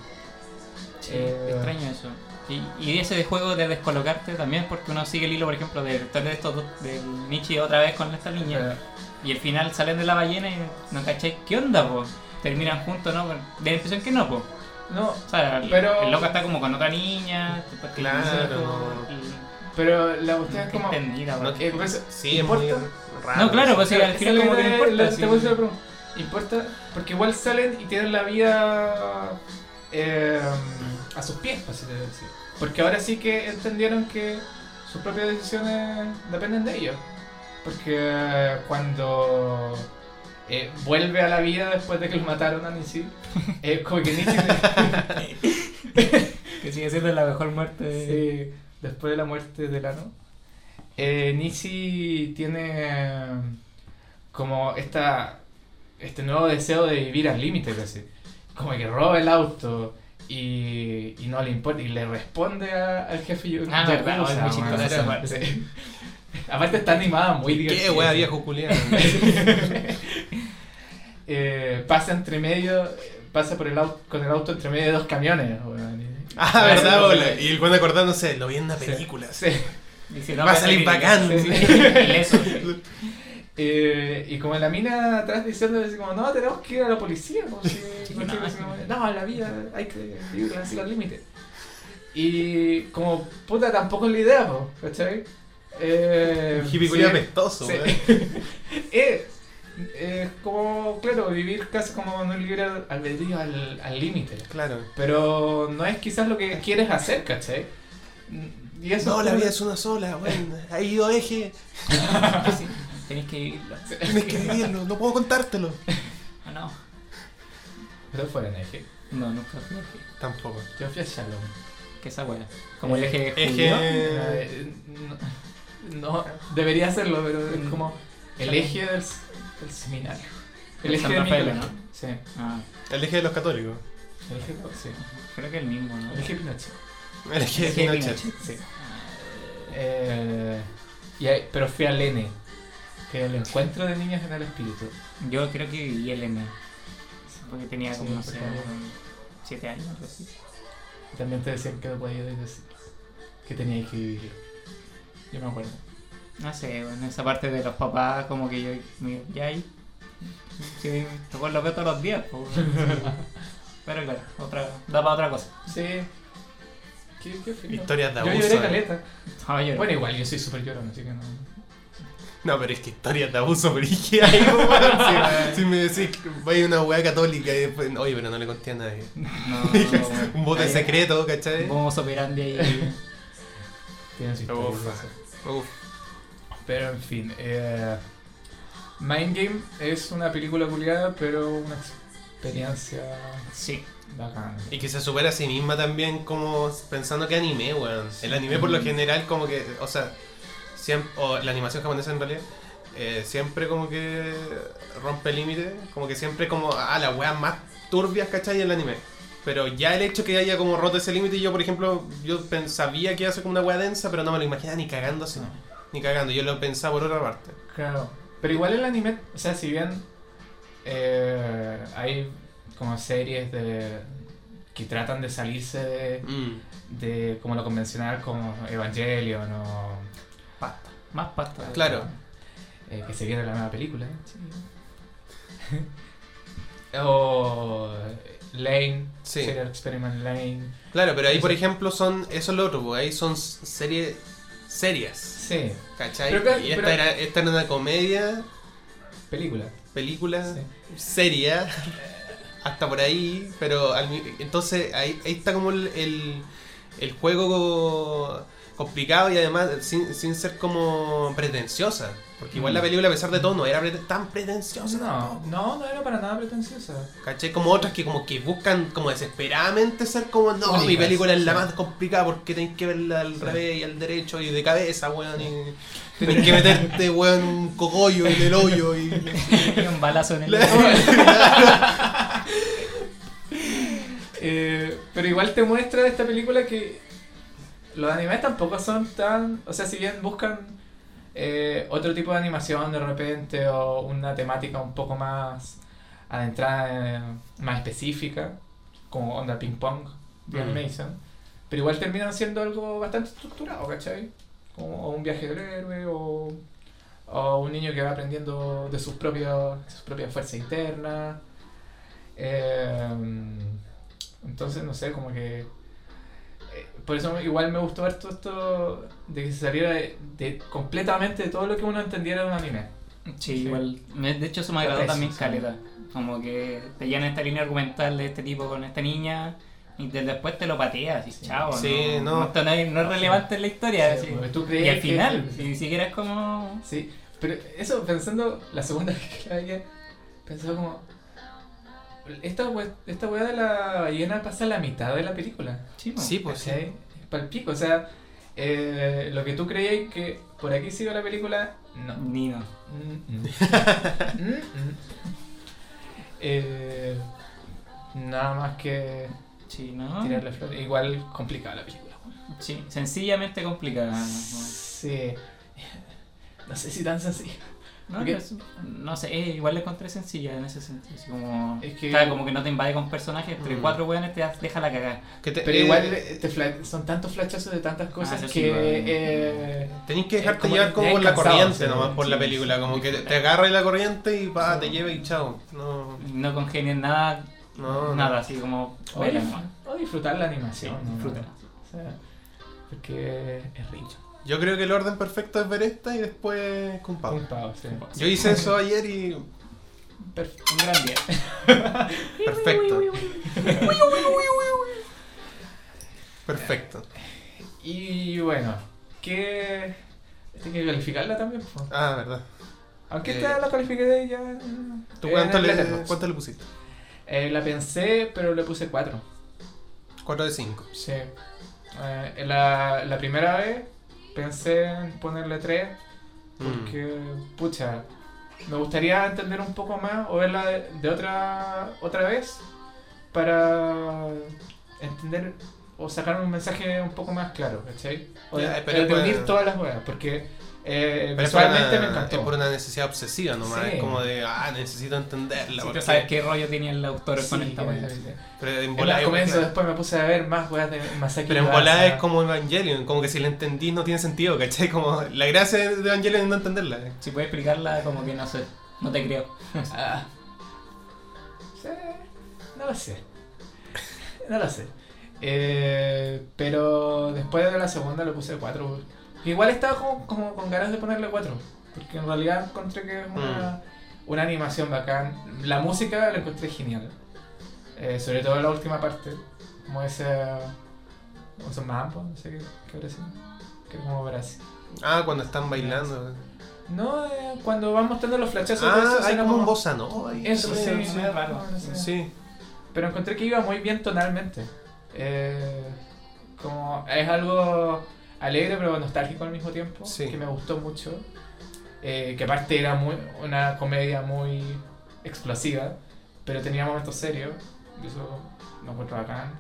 Eh,
extraño eso. Y, y ese de juego de descolocarte también, porque uno sigue el hilo, por ejemplo, de estar de estos dos, de Nietzsche otra vez con esta niña,
Pero,
y al final salen de la ballena y no cacháis qué onda, po. Terminan juntos, ¿no? Bueno, Da la impresión que no, po.
no,
O sea, el-
Pero-
el loco está como con otra niña, después que
Claro.
hizo todo, y-
pero la cuestión es como...
entendida, po.
No,
eh, pues,
Sí, es muy
¿Importa?
raro.
No, claro, pues sí, al
esa
final como que no
idea,
importa.
la-
sí.
te voy a hacer la pregunta. Importa, porque igual salen y tienen la vida eh, a sus pies, por así decir. Porque ahora sí que entendieron que sus propias decisiones dependen de ellos. Porque cuando eh, vuelve a la vida después de que lo mataron a [laughs] Nietzsche, es como que Nietzsche
Que sigue siendo la mejor muerte. de-
Sí, después de la muerte de Lano. Eh, Nishi tiene em, como esta, este nuevo deseo de vivir al límite, casi. Como que roba el auto y, y no le importa, y le responde a- al jefe Yu-
Ah,
Yakuza,
verdad, es muy
man,
chistosa esa
sí.
parte.
[laughs] Aparte está animada, muy divertida.
Qué wea viejo culiado.
[laughs] Eh, pasa entre medio, pasa por el au- con el auto entre medio de dos camiones. weón, y-
Ah, verdad, bola. Y el buen acordándose, lo vi en una
Sí.
película.
Sí.
Dice, no,
Va a
pero
salir
sí,
bacán.
sí, sí, ileso, sí.
Eh, y como la mina atrás diciendo así como, no, tenemos que ir a la policía. como si- como si- como, no, la vida hay que vivirla así al límite. Y como, puta, tampoco es la idea, po, ¿cachai? Eh,
Un hippie
sí,
culiado apestoso,
sí.
wea.
Eh, eh, como, claro, vivir casi como no libre al- albedrío, al al límite.
Claro.
Pero no es quizás lo que quieres hacer, ¿cachai? Mm, Y eso
No,
es
la
como-
vida es una sola, weón. Ahí ido eje.
Sí, Tenéis que vivirlo.
Tienes que vivirlo, no puedo contártelo.
Ah, no.
Pero fuera en eje.
No, nunca fui eje.
Tampoco.
Yo fui a Shalom.
¿Qué esa wea? Como el eje
Eje-
judío.
Eh, no, no, debería hacerlo, pero
Mm.
es como el eje del, del seminario. El
De
eje
San
de mi
Rafael,
colegio.
¿no?
Sí,
Ah,
El eje de los católicos.
el eje, sí,
creo que el mismo,
Ah.
¿no?
el eje Pinochet.
El eje
Eje
de
de
Pinochet.
Pinochet.
Sí.
Ah.
Eh, y ahí- pero fui al N, que era el encuentro de niños en el espíritu.
Yo creo que viví el M. Porque tenía
Sí,
como, no
por
sé,
favor.
siete años. algo así.
También te decían que no podías decir que tenías que vivir. Yo me acuerdo.
No sé, bueno, esa parte de los papás, como que yo me ya ahí. Sí, me tocó los veo todos los días. pues, bueno. Pero claro, otra, da para otra cosa.
Sí. ¿Qué, qué fino.
Historias de
Yo lloré
abuso. eh.
caleta.
No, yo no.
Bueno, igual yo soy súper llorón, así que no.
No, pero es que historias de abuso, brígida. ahí, [laughs] weón. Si, si me decís, que vaya a una weá católica y después. Oye, pero no le conté a nadie.
no, bueno.
Un bote
Ahí,
secreto, ¿cachai?
Vamos operando ahí.
Tienen su historia.
Ufa. Uf.
Pero en fin. Eh, Mind Game es una película culiada, pero una experiencia
Sí.
bacana.
Y que se supera a sí misma también como pensando que anime, weón. El anime por lo general como que, o sea, siempre, o la animación japonesa en realidad, eh, siempre como que rompe límites, como que siempre como, ah, las weas más turbias, ¿cachai? El anime. Pero ya el hecho que haya como roto ese límite, yo por ejemplo, yo pens- sabía que iba a ser como una wea densa, pero no me lo imaginaba ni cagando así. Ni cagando, yo lo pensaba por otra parte.
Claro. Pero igual el anime, o sea, si bien eh, hay como series de que tratan de salirse de,
Mm.
de como lo convencional como Evangelion o
Pasta. Más pasta.
Claro.
eh, que se viene la nueva película. ¿eh? [laughs] o eh, Lane,
Sí.
Serial Experiment Lane.
Claro, pero ahí por
Sí.
ejemplo son, eso es lo otro, pues, ahí son s- series serias.
Sí,
¿Cachai?
Pero que-
y esta,
pero-
era, esta era una comedia,
película.
película,
Sí.
seria, hasta por ahí, pero al mi- entonces ahí, ahí está como el, el, el juego complicado y además sin, sin ser como pretenciosa. Porque igual
Mm.
la película, a pesar de todo, no era prete- tan pretenciosa.
No, no, no era para nada pretenciosa.
¿Cachai? Como otras que como que buscan como desesperadamente ser como, no, mi
Únicas,
película es la
sí.
más complicada porque tenés que verla al
Sí.
revés y al derecho y de cabeza, weón, y tenés que meterte, weón, un cogollo en el hoyo
[laughs]
y...
Y un balazo en el.
Eh, pero igual te muestra de esta película que los animes tampoco son tan. O sea, si bien buscan eh, otro tipo de animación de repente o una temática un poco más adentrada, eh, más específica, como Onda Ping Pong de
Mm.
Animation, pero igual terminan siendo algo bastante estructurado, ¿cachai? Como o un viaje del héroe o, o un niño que va aprendiendo de sus propios, sus propias fuerzas internas. Eh, entonces, no sé, como que. eh, Por eso igual me gustó harto esto de que se saliera de, de- completamente de todo lo que uno entendiera de un anime.
Sí, igual. Me- De hecho, eso me agradó
Aprecio,
también
sí.
caleta. Como que te llena esta línea argumental de este tipo con esta niña y de- después te lo pateas y chao.
Sí,
no,
no.
está nadie- no es relevante en la historia.
Sí,
sí.
porque tú crees
Y al
que-
final,
Sí,
ni siquiera es como.
pero eso pensando la segunda [laughs] vez que la veía, pensaba como. Esta, we- esta weá de la ballena pasa la mitad de la película.
Sí, po.
Sí, pues sí.
¿Cachai? Es palpico, o sea, eh, lo que tú creías que por aquí se iba la película, no.
Ni no.
Mm, [laughs] mm. Mm, mm. Eh, nada más que
Sí, no.
tirarle flores. Igual complicada la película. weón.
Sí, sencillamente complicada.
Sí. [laughs] No sé si tan sencilla.
No,
Ok.
pero es- no sé, eh, igual la encontré sencilla en ese sentido. Así como,
Es que-
Claro, como que no te invade con personajes, entre
Mm.
cuatro weones te das- deja la cagada.
Que te-
Pero
eh,
igual eh, te fla- son tantos flashazos de tantas cosas
eso sí,
que.
vale.
eh,
Tenés que
eh,
dejarte
como
llevar
ya
como por la
cansado,
corriente
sí,
nomás, por la
sí,
película,
sí.
como que te, te agarra la corriente y pa, te lleva y chao. No,
No congenian nada,
no, no.
nada, así como.
o,
bueno,
dif- o disfrutar la
sí,
animación. ¿no?
disfruta.
O sea, porque es rico.
Yo creo que el orden perfecto es ver esta y después con Pau.
Un pavo, sí.
Yo hice eso ayer y
Perfecto.
Un gran día.
Perfecto. Perfecto.
Y bueno, ¿qué. Tengo que calificarla también, po.
Ah, verdad.
Aunque
Eh,
esta la califiqué ya.
¿Tú
eh,
cuánto,
en
le,
Letterboxd.
cuánto le pusiste?
Eh, la pensé, pero le puse 4.
4 de 5.
Sí. Eh, la, la primera vez pensé en ponerle 3,
Mm.
porque, pucha, me gustaría entender un poco más o verla de, de otra, otra vez para entender o sacar un mensaje un poco más claro, ¿cachai? O de,
Ya, pero es
de unir
para-
todas las weas, porque eh,
Mm. Pero es por,
visualmente me
una,
encantó.
es por una necesidad obsesiva nomás.
Sí.
Es como de, ah, necesito entenderla.
Si tú
porque-
sabes qué rollo tenía el autor
Sí,
con esta
pues.
que-
wea.
Pero en
En
volada
el
es-
comienzo después me puse a ver más weas de Masaki
Pero en
Yuasa.
volada es como Evangelion. Como que si la entendís no tiene sentido, ¿cachai? Como la gracia de Evangelion es no entenderla.
Si puedes explicarla, como que no sé, no
[laughs]
te creo.
Ah. Sí, no lo sé. No lo sé. Eh, pero después de la segunda le puse 4. Igual estaba como, como con ganas de ponerle 4. Porque en realidad encontré que es
Mm.
una, una animación bacán. La música la encontré genial. Eh, sobre todo la última parte. Como ese. Como esos mampos, no sé qué, qué habrá sido. Que es como Brasil.
Ah, cuando están bailando.
No, eh, cuando van mostrando los flashazos de
Ah,
eso,
hay
suena
como un bossa nova ahí.
Eso,
Sí,
sí,
sí.
medio raro. no sé.
Sí.
Pero encontré que iba muy bien tonalmente. Eh, como es algo alegre pero nostálgico al mismo tiempo,
Sí.
que me gustó mucho. Eh, que aparte era muy, una comedia muy explosiva, pero tenía momentos serios. y Eso no encuentro bacán.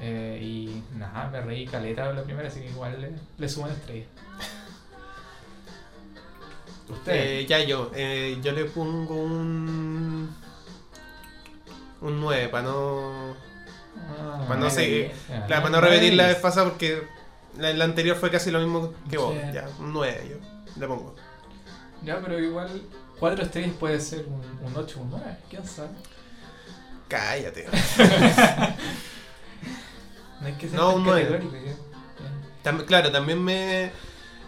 Eh, y nada, me reí caleta la primera, así que igual le, le subo una estrella. Usted.
Eh, ya yo, eh, yo le pongo un. Un 9, para no.
Ah,
Para no seguir.
ya,
Claro, para no repetir la vez pasada porque la, la anterior fue casi lo mismo que vos.
Sí.
Ya, un 9 yo. Le pongo.
Ya, pero igual 4 estrellas puede ser un, un 8, un 9, quién sabe.
Cállate.
No hay que ser
No,
tan
un nueve.
categórico, ya. Ya.
Tam- claro, también me.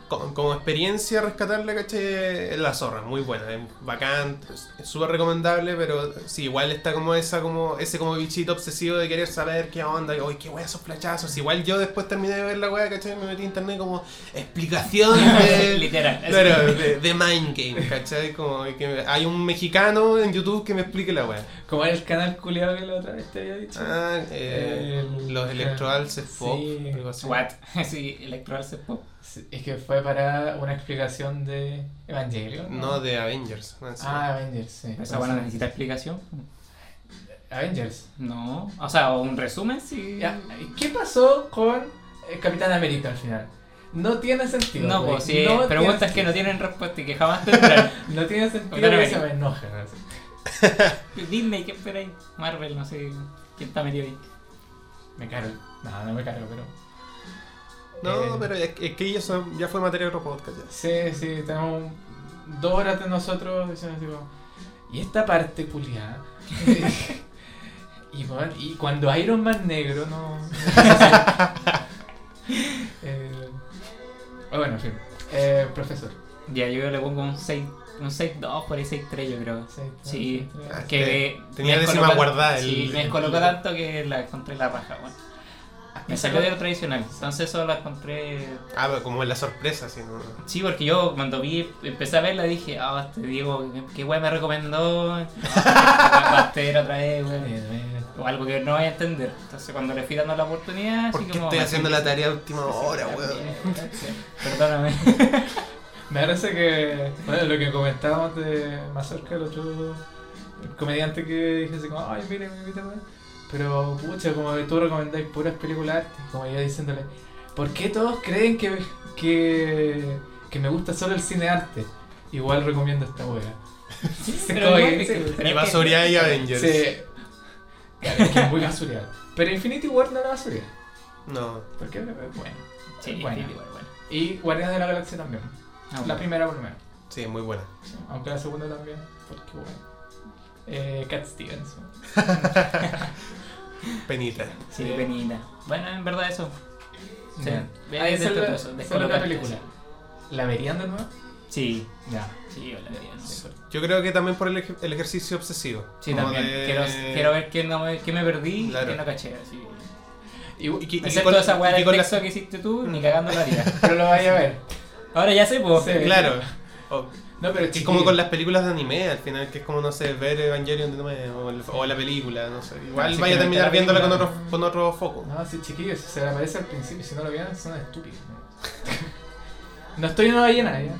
Como, como experiencia rescatarla, caché, la zorra, muy buena, es bacán, es es súper recomendable, pero sí, igual está como esa como ese como bichito obsesivo de querer saber qué onda, y, oye, qué wea esos flachazos. Igual yo después terminé de ver la wea, caché, me metí en internet como
[laughs]
explicación de,
Literal. así.
Claro, de, de Mind Game, ¿cachai? Como que hay un mexicano en YouTube que me explique la weá.
Como era el canal culiado que la otra vez te había dicho.
Ah, eh,
El-
los electroalces
Sí.
pop, algo así.
What? [laughs] Sí, electroarse pop.
Sí, Es que fue para una explicación de Evangelio.
No, de Avengers. no, sí.
Ah, Avengers, sí.
Esa bueno necesita explicación.
Avengers.
No. O sea, o un resumen sí.
Ya, ¿Qué pasó con eh, Capitán América al final? No tiene sentido.
No,
güey.
pues sí,
No
preguntas que
tiene
no tienen respuesta y que jamás tendrán.
sentido. No tiene sentido
Capitán
que se me
América.
enoje. ¿no?
[laughs] Disney, ¿qué esperáis? Marvel, no sé quién está metido ahí.
Me cargo. No, no me cargo, pero.
No,
Eh,
pero es, es que eso ya fue materia de otro podcast ya.
Sí, sí, tenemos un- dos horas de nosotros diciendo así como, Y esta parte culiada. [laughs] y, bueno, y cuando Iron Man negro no.
[laughs]
Eh, ah, bueno, en fin. Eh, profesor.
Ya, yo le pongo un 6, un 6-2 por ahí 6-3, yo creo. Sí.
Ah,
Que
te-
me-
tenía
me
décima
descolocó-
guardada el-
Sí, me descolocó tanto que la encontré la raja, bueno. Me sacó
Eh,
de lo tradicional, entonces eso la encontré.
Ah, pero como en la sorpresa, así, ¿no?
Sí, porque yo cuando vi, empecé a verla dije, ah, este Diego, qué guay me recomendó. [laughs] Ah, Bastero otra vez, weón.
eh,
O algo que no voy a entender. Entonces cuando le fui dando la oportunidad,
¿Por
así
qué
como.
estoy
me
haciendo
sentí-
la tarea a última hora, weón?
[laughs] Sí, Perdóname.
Me parece que. Bueno, lo que comentábamos de Mazorca, el otro comediante que dije así como, ay, mire, me invita Pero, pucha, como que tú recomendáis puras películas arte, como yo diciéndole, ¿por qué todos creen que, que, que me gusta solo el cine arte? Igual recomiendo esta
[laughs]
wea.
pero
como
igual
que-
es que-
sí,
pero
Y
es que-
basuría y Avengers.
Sí. Claro, es que es muy basureada. Pero Infinity War no la basura.
No.
Porque es bueno.
Sí,
Bueno.
sí, igual, bueno.
Y Guardianes de la Galaxia también.
Ah,
La
bueno.
primera por lo menos.
Sí, muy buena.
Sí, Aunque la segunda también, porque bueno. Eh, Cat Stevens. ¿no?
Penita.
Sí, penita. Bueno, en verdad eso. O sea, ve- este
Ah, esa es
ve todo
la-
eso,
esa es
descolocarte,
la película. ¿La verían de nuevo?
Sí,
Ya.
sí, yo la vería. no sé.
Yo creo que también por el, ej- el ejercicio obsesivo.
Sí,
Como
también.
de-
Quiero, quiero ver qué, no me, qué me perdí y
Claro.
qué no caché. Así.
Y, que- y que
Excepto
con-
esa weá
y
del
que con la- Mm.
texto que hiciste tú, ni cagando la haría.
Pero lo vaya a ver.
Ahora ya sé, pues.
Sí.
Claro. O-
No, pero
Que es
chiquillo.
como con las películas de anime, al final, que es como, no sé, ver Evangelion de nuevo, o, el- o la película, no sé. Igual
Así
vaya
que
a terminar
la
viéndola con
película-
otro, con otro foco.
No, sí, chiquillos, si se le aparece al principio, si no lo vieron, son estúpidos. ¿no? No estoy en una ballena, ya.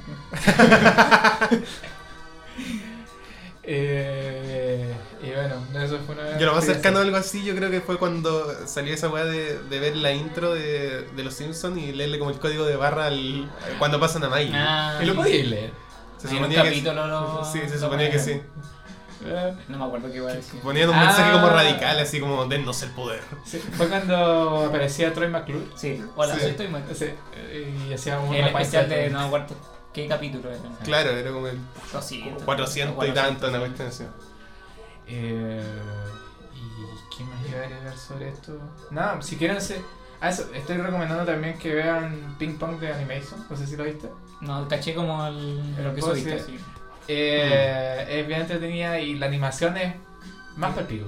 [laughs] eh, y bueno, eso fue una.
Yo lo más
experiencia.
cercano a algo así, yo creo que fue cuando salió esa weá de, de ver la intro de, de Los Simpsons y leerle como el código de barra al, cuando pasan a Maggie.
Ah,
Y lo podíais leer.
se
hay un
suponía que
capítulo lo-
sí. se
lo
suponía que sí.
ponían.
Eh,
No me acuerdo qué iba a decir.
Ponían un
Ah.
mensaje como radical, así como, dennos el poder.
sí, fue cuando aparecía Troy McClure.
Sí, hola,
Sí.
soy estoy muerto.
Sí, y hacía un
El especial de no me acuerdo qué capítulo era.
Claro, era como el
200,
400 y
400,
tanto en la cuestión. sí.
Eh, ¿Y qué más iba a agregar sobre esto? Nada, si quieren se... Ah, eso, estoy recomendando también que vean Ping Pong de Animation, no sé si lo viste.
No, caché como el,
El
lo que
Pues
post,
subiste.
sí.
Sí.
Eh, Es bien entretenida y la animación es más palpico.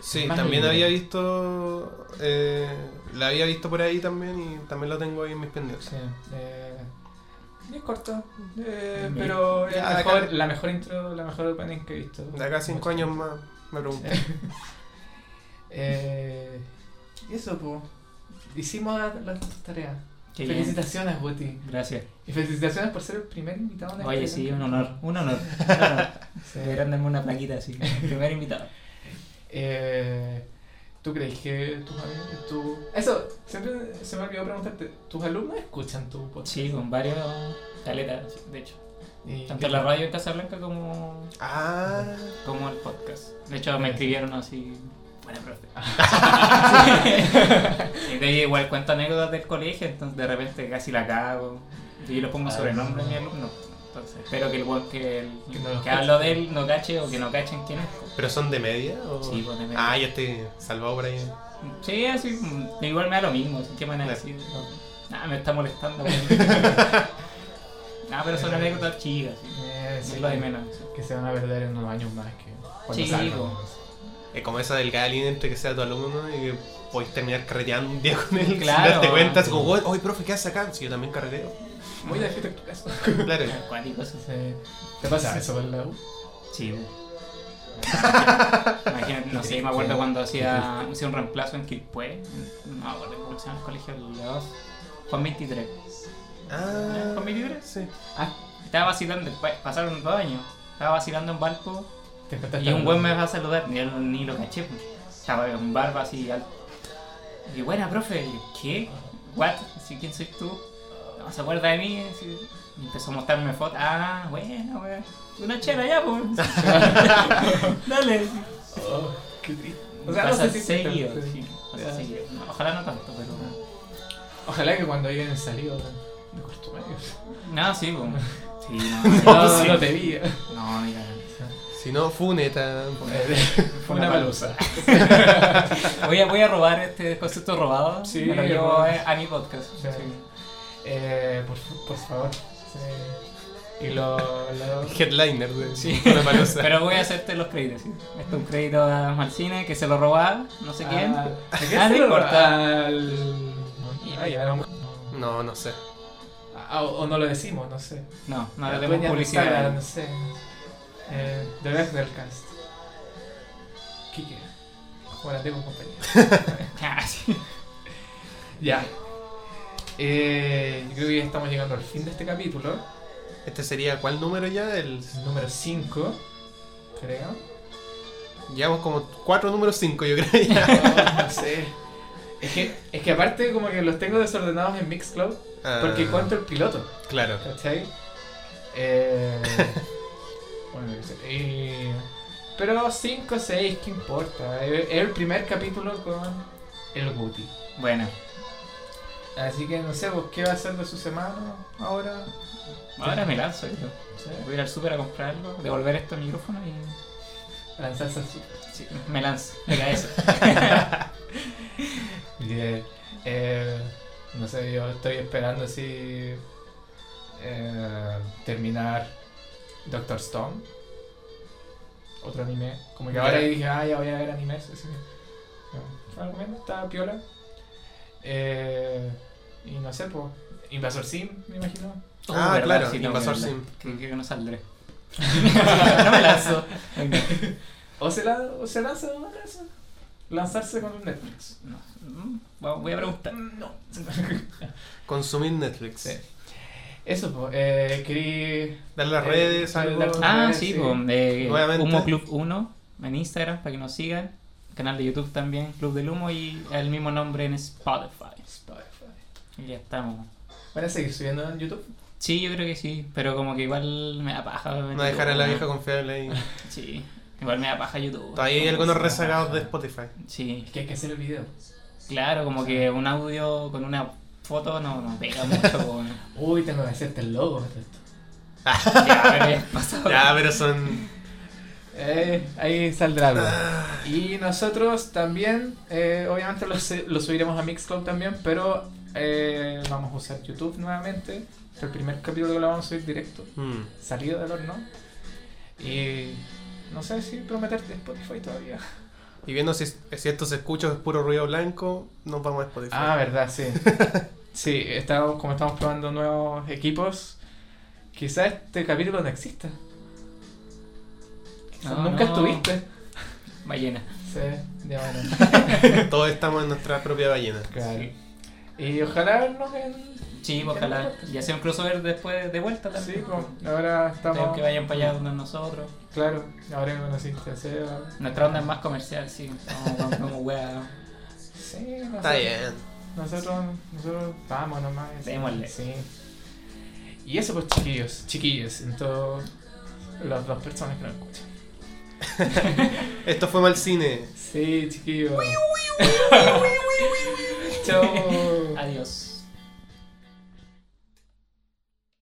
Sí,
Más
también
libre.
había visto. eh, la había visto por ahí también y también lo tengo ahí en mis pendientes.
Sí, eh, Es corto, eh,
Mm.
pero es
Ya,
la
Ah, acá-
mejor, la mejor intro, la mejor opening que he visto.
De acá a 5 años más, me pregunté.
[laughs] Eh, y eso, po. Hicimos la- las dos tareas.
Qué bien.
felicitaciones, Guti.
Gracias.
Y felicitaciones por ser el primer invitado en
Oye,
este
sí, un
podcast.
honor. Un honor. Un honor.
Sí.
[laughs] Deberían darme una plaquita [laughs] así. Primer invitado.
Eh, ¿Tú crees que tus amigos, tu... Eso, siempre se me olvidó preguntarte, ¿tus alumnos escuchan tu podcast?
Sí, con varios caletas, sí, de hecho.
Y- eh,
Tanto la radio en Casablanca como,
Ah,
como el podcast. De hecho, me escribieron así. Buena [laughs] profe. y de ahí igual cuento anécdotas del colegio, entonces de repente casi la cago. Y yo le pongo
Ah.
sobrenombre a mi alumno. Entonces, espero que el weón que, el-
Que no lo
que hablo de él no cache o que no cachen quién es.
¿pero son de media? O...
Sí, pues, de media.
Ah, yo estoy salvado por ahí.
Sí, así, mm, igual me da lo mismo, así que me van a
Claro.
decir. Ah, me está molestando. weón". ah, pero son anécdotas chicas, sí.
Eh,
Es
sí,
lo de menos. sí.
que se van a perder en unos años más que cuando
Sí, pues.
salgan.
po.
Es como esa delgada línea entre que sea tu alumno y que podéis terminar carreteando un día con él.
Claro.
Sin darte cuenta, es como, "Oye, oye, profe, ¿qué haces acá? Si yo también carreteo.
Muy de arquitectura eso.
Claro. [laughs]
Acuático eso.
Sí. ¿Te pasa eso con la U?
Sí, weón. [laughs] Imagínate, no sé, me acuerdo cuando hacía, hacía un reemplazo en Quilpue. No me acuerdo cómo se llama el colegio el 2. Juan 23.
Ah,
¿Con mi libre?
Sí.
Estaba vacilando, después, pasaron dos años. Estaba vacilando en Valpo
¿Te despertaste
Y un
hablando?
buen
[laughs]
me va a saludar, ni, ni lo caché. pues. Estaba en un barba así alto. Y buena, profe, Y yo, ¿qué? ¿What? Así, ¿Quién soy tú? No se acuerda de mí. así. Y empezó a mostrarme fotos. Ah, bueno, weón. Una chela ya, pues. Dale.
Oh, qué triste. O
[laughs] O
sea, no
pasa
sé si-
seguido,
sí.
sí, pasa
Ya.
seguido. No, ojalá no tanto, pero.
Ojalá que cuando hayan salido de cuarto medio.
No, sí, pues. Sí,
No,
[laughs] no.
no,
sí.
te [laughs] vi. eh.
No, mira.
Si no, funeta.
Fue una palusa.
Voy a, voy a robar este concepto robado.
Sí,
me lo llevo
robado.
eh, a mi podcast.
Sí.
sí.
Eh, por, fa- por favor. Sí. Y lo, lo-
Headliner, de
Sí.
Una [laughs] palosa.
Pero voy a hacerte los créditos. ¿sí? Este es un crédito a Marcine que se lo robaba, no sé quién.
Ah, ¿a qué
Ah, no
se lo-
importa.
al- Ay, a la mujer.
No, no sé.
Ah, o, o no lo decimos, no sé.
No, no
La
le
dueña
demos
de Instagram,
publicidad.
No sé. Eh, The Best del Cast. Kike. Bueno, tengo compañía.
[laughs] Ah, sí.
ya. Eh, yo creo que ya estamos llegando al fin de este capítulo.
¿Este sería cuál número ya? El...
Es el número 5, creo.
Llevamos como cuatro números cinco, yo creo
[laughs]
ya.
No, no sé. Es que, es que aparte como que los tengo desordenados en Mixcloud
Ah,
porque cuento el piloto,
Claro.
¿cachai? Eh, bueno, yo qué sé. Y- pero 5, 6, ¿qué importa? Es es el primer capítulo con el Guti.
Bueno,
Así que no sé, pues, ¿qué va a hacer de su semana ahora?
ahora me lanzo. yo.
No sé,
Voy a ir al súper a comprar algo, devolver estos micrófonos y.
lanzarse al sur.
sí, me lanzo. Me cae
[laughs] Ah,
eso.
Bien. Eh, no sé, yo estoy esperando así eh, terminar Doctor Stone. Otro anime. Como que ahora
Ya.
dije, ah, ya voy a ver animes. Así que, eh, fue algo bueno, estaba piola. Eh, y no sé, pues. Invasor Sim, me imagino. [laughs]
Ah,
Oh, ¿verdad?
claro,
tengo
Invasor
que verla.
Sim.
Creo que no saldré. [laughs] no me lanzo. Venga.
O se, la, o se lanza o no lanza. Lanzarse con un Netflix. Mm,
No, mm, bueno, voy a preguntar.
No. [laughs]
Consumir Netflix.
Sí. Eso, pues. Eh, querí.
Dar las
Eh,
redes, algo.
dar-
Ah,
Ah,
sí,
sí.
pues, de
Nuevamente.
Humo Club 1 en Instagram para que nos sigan. Canal de YouTube también, Club del Humo, y el mismo nombre en Spotify.
Spotify.
Y ya estamos.
¿Van a seguir subiendo en YouTube?
Sí, yo creo que sí, pero como que igual me da paja.
No dejar a la vieja confiable ahí.
Sí, igual me da paja YouTube.
Todavía hay algunos
Sí.
rezagados de Spotify.
Sí,
Es que hay que hacer el video.
claro, como que un audio con una foto no, no pega mucho. po.
Uy, tengo que hacerte el logo de esto.
ya, pero
[laughs]
ya pasó.
Ya, pero son.
Eh, ahí saldrá algo. Y nosotros también, eh, obviamente lo, se- lo subiremos a Mixcloud también, pero eh, vamos a usar YouTube nuevamente. Este Es el primer capítulo que lo vamos a subir directo,
Mm.
salido del horno. Y no sé si prometerte Spotify todavía.
Y viendo si, si estos escuchos es puro ruido blanco, nos vamos a Spotify.
Ah, verdad, sí. Sí, estamos, como estamos probando nuevos equipos, Quizás este capítulo no exista. Quizás
No,
nunca
Ah, no.
estuviste.
Ballena.
Sí, de ahora.
[laughs] Todos estamos en nuestra propia ballena.
[laughs] Claro. Y ojalá vernos en.
Sí, pues, ojalá. Y hacer un crossover después de vuelta también.
Sí, como ahora
Ustedes
estamos.
que vayan para allá donde nosotros.
Claro, ahora que conociste a Seba.
Nuestra onda es más comercial, sí. Vamos, vamos, wea.
Sí, no
Está
sé.
bien.
Nosotros, nosotros vamos nomás. sí.
Démosle.
Sí. Y eso pues chiquillos, chiquillos, en todos las dos personas que nos escuchan.
Esto fue mal cine.
Sí, chiquillos. Chao.
Adiós.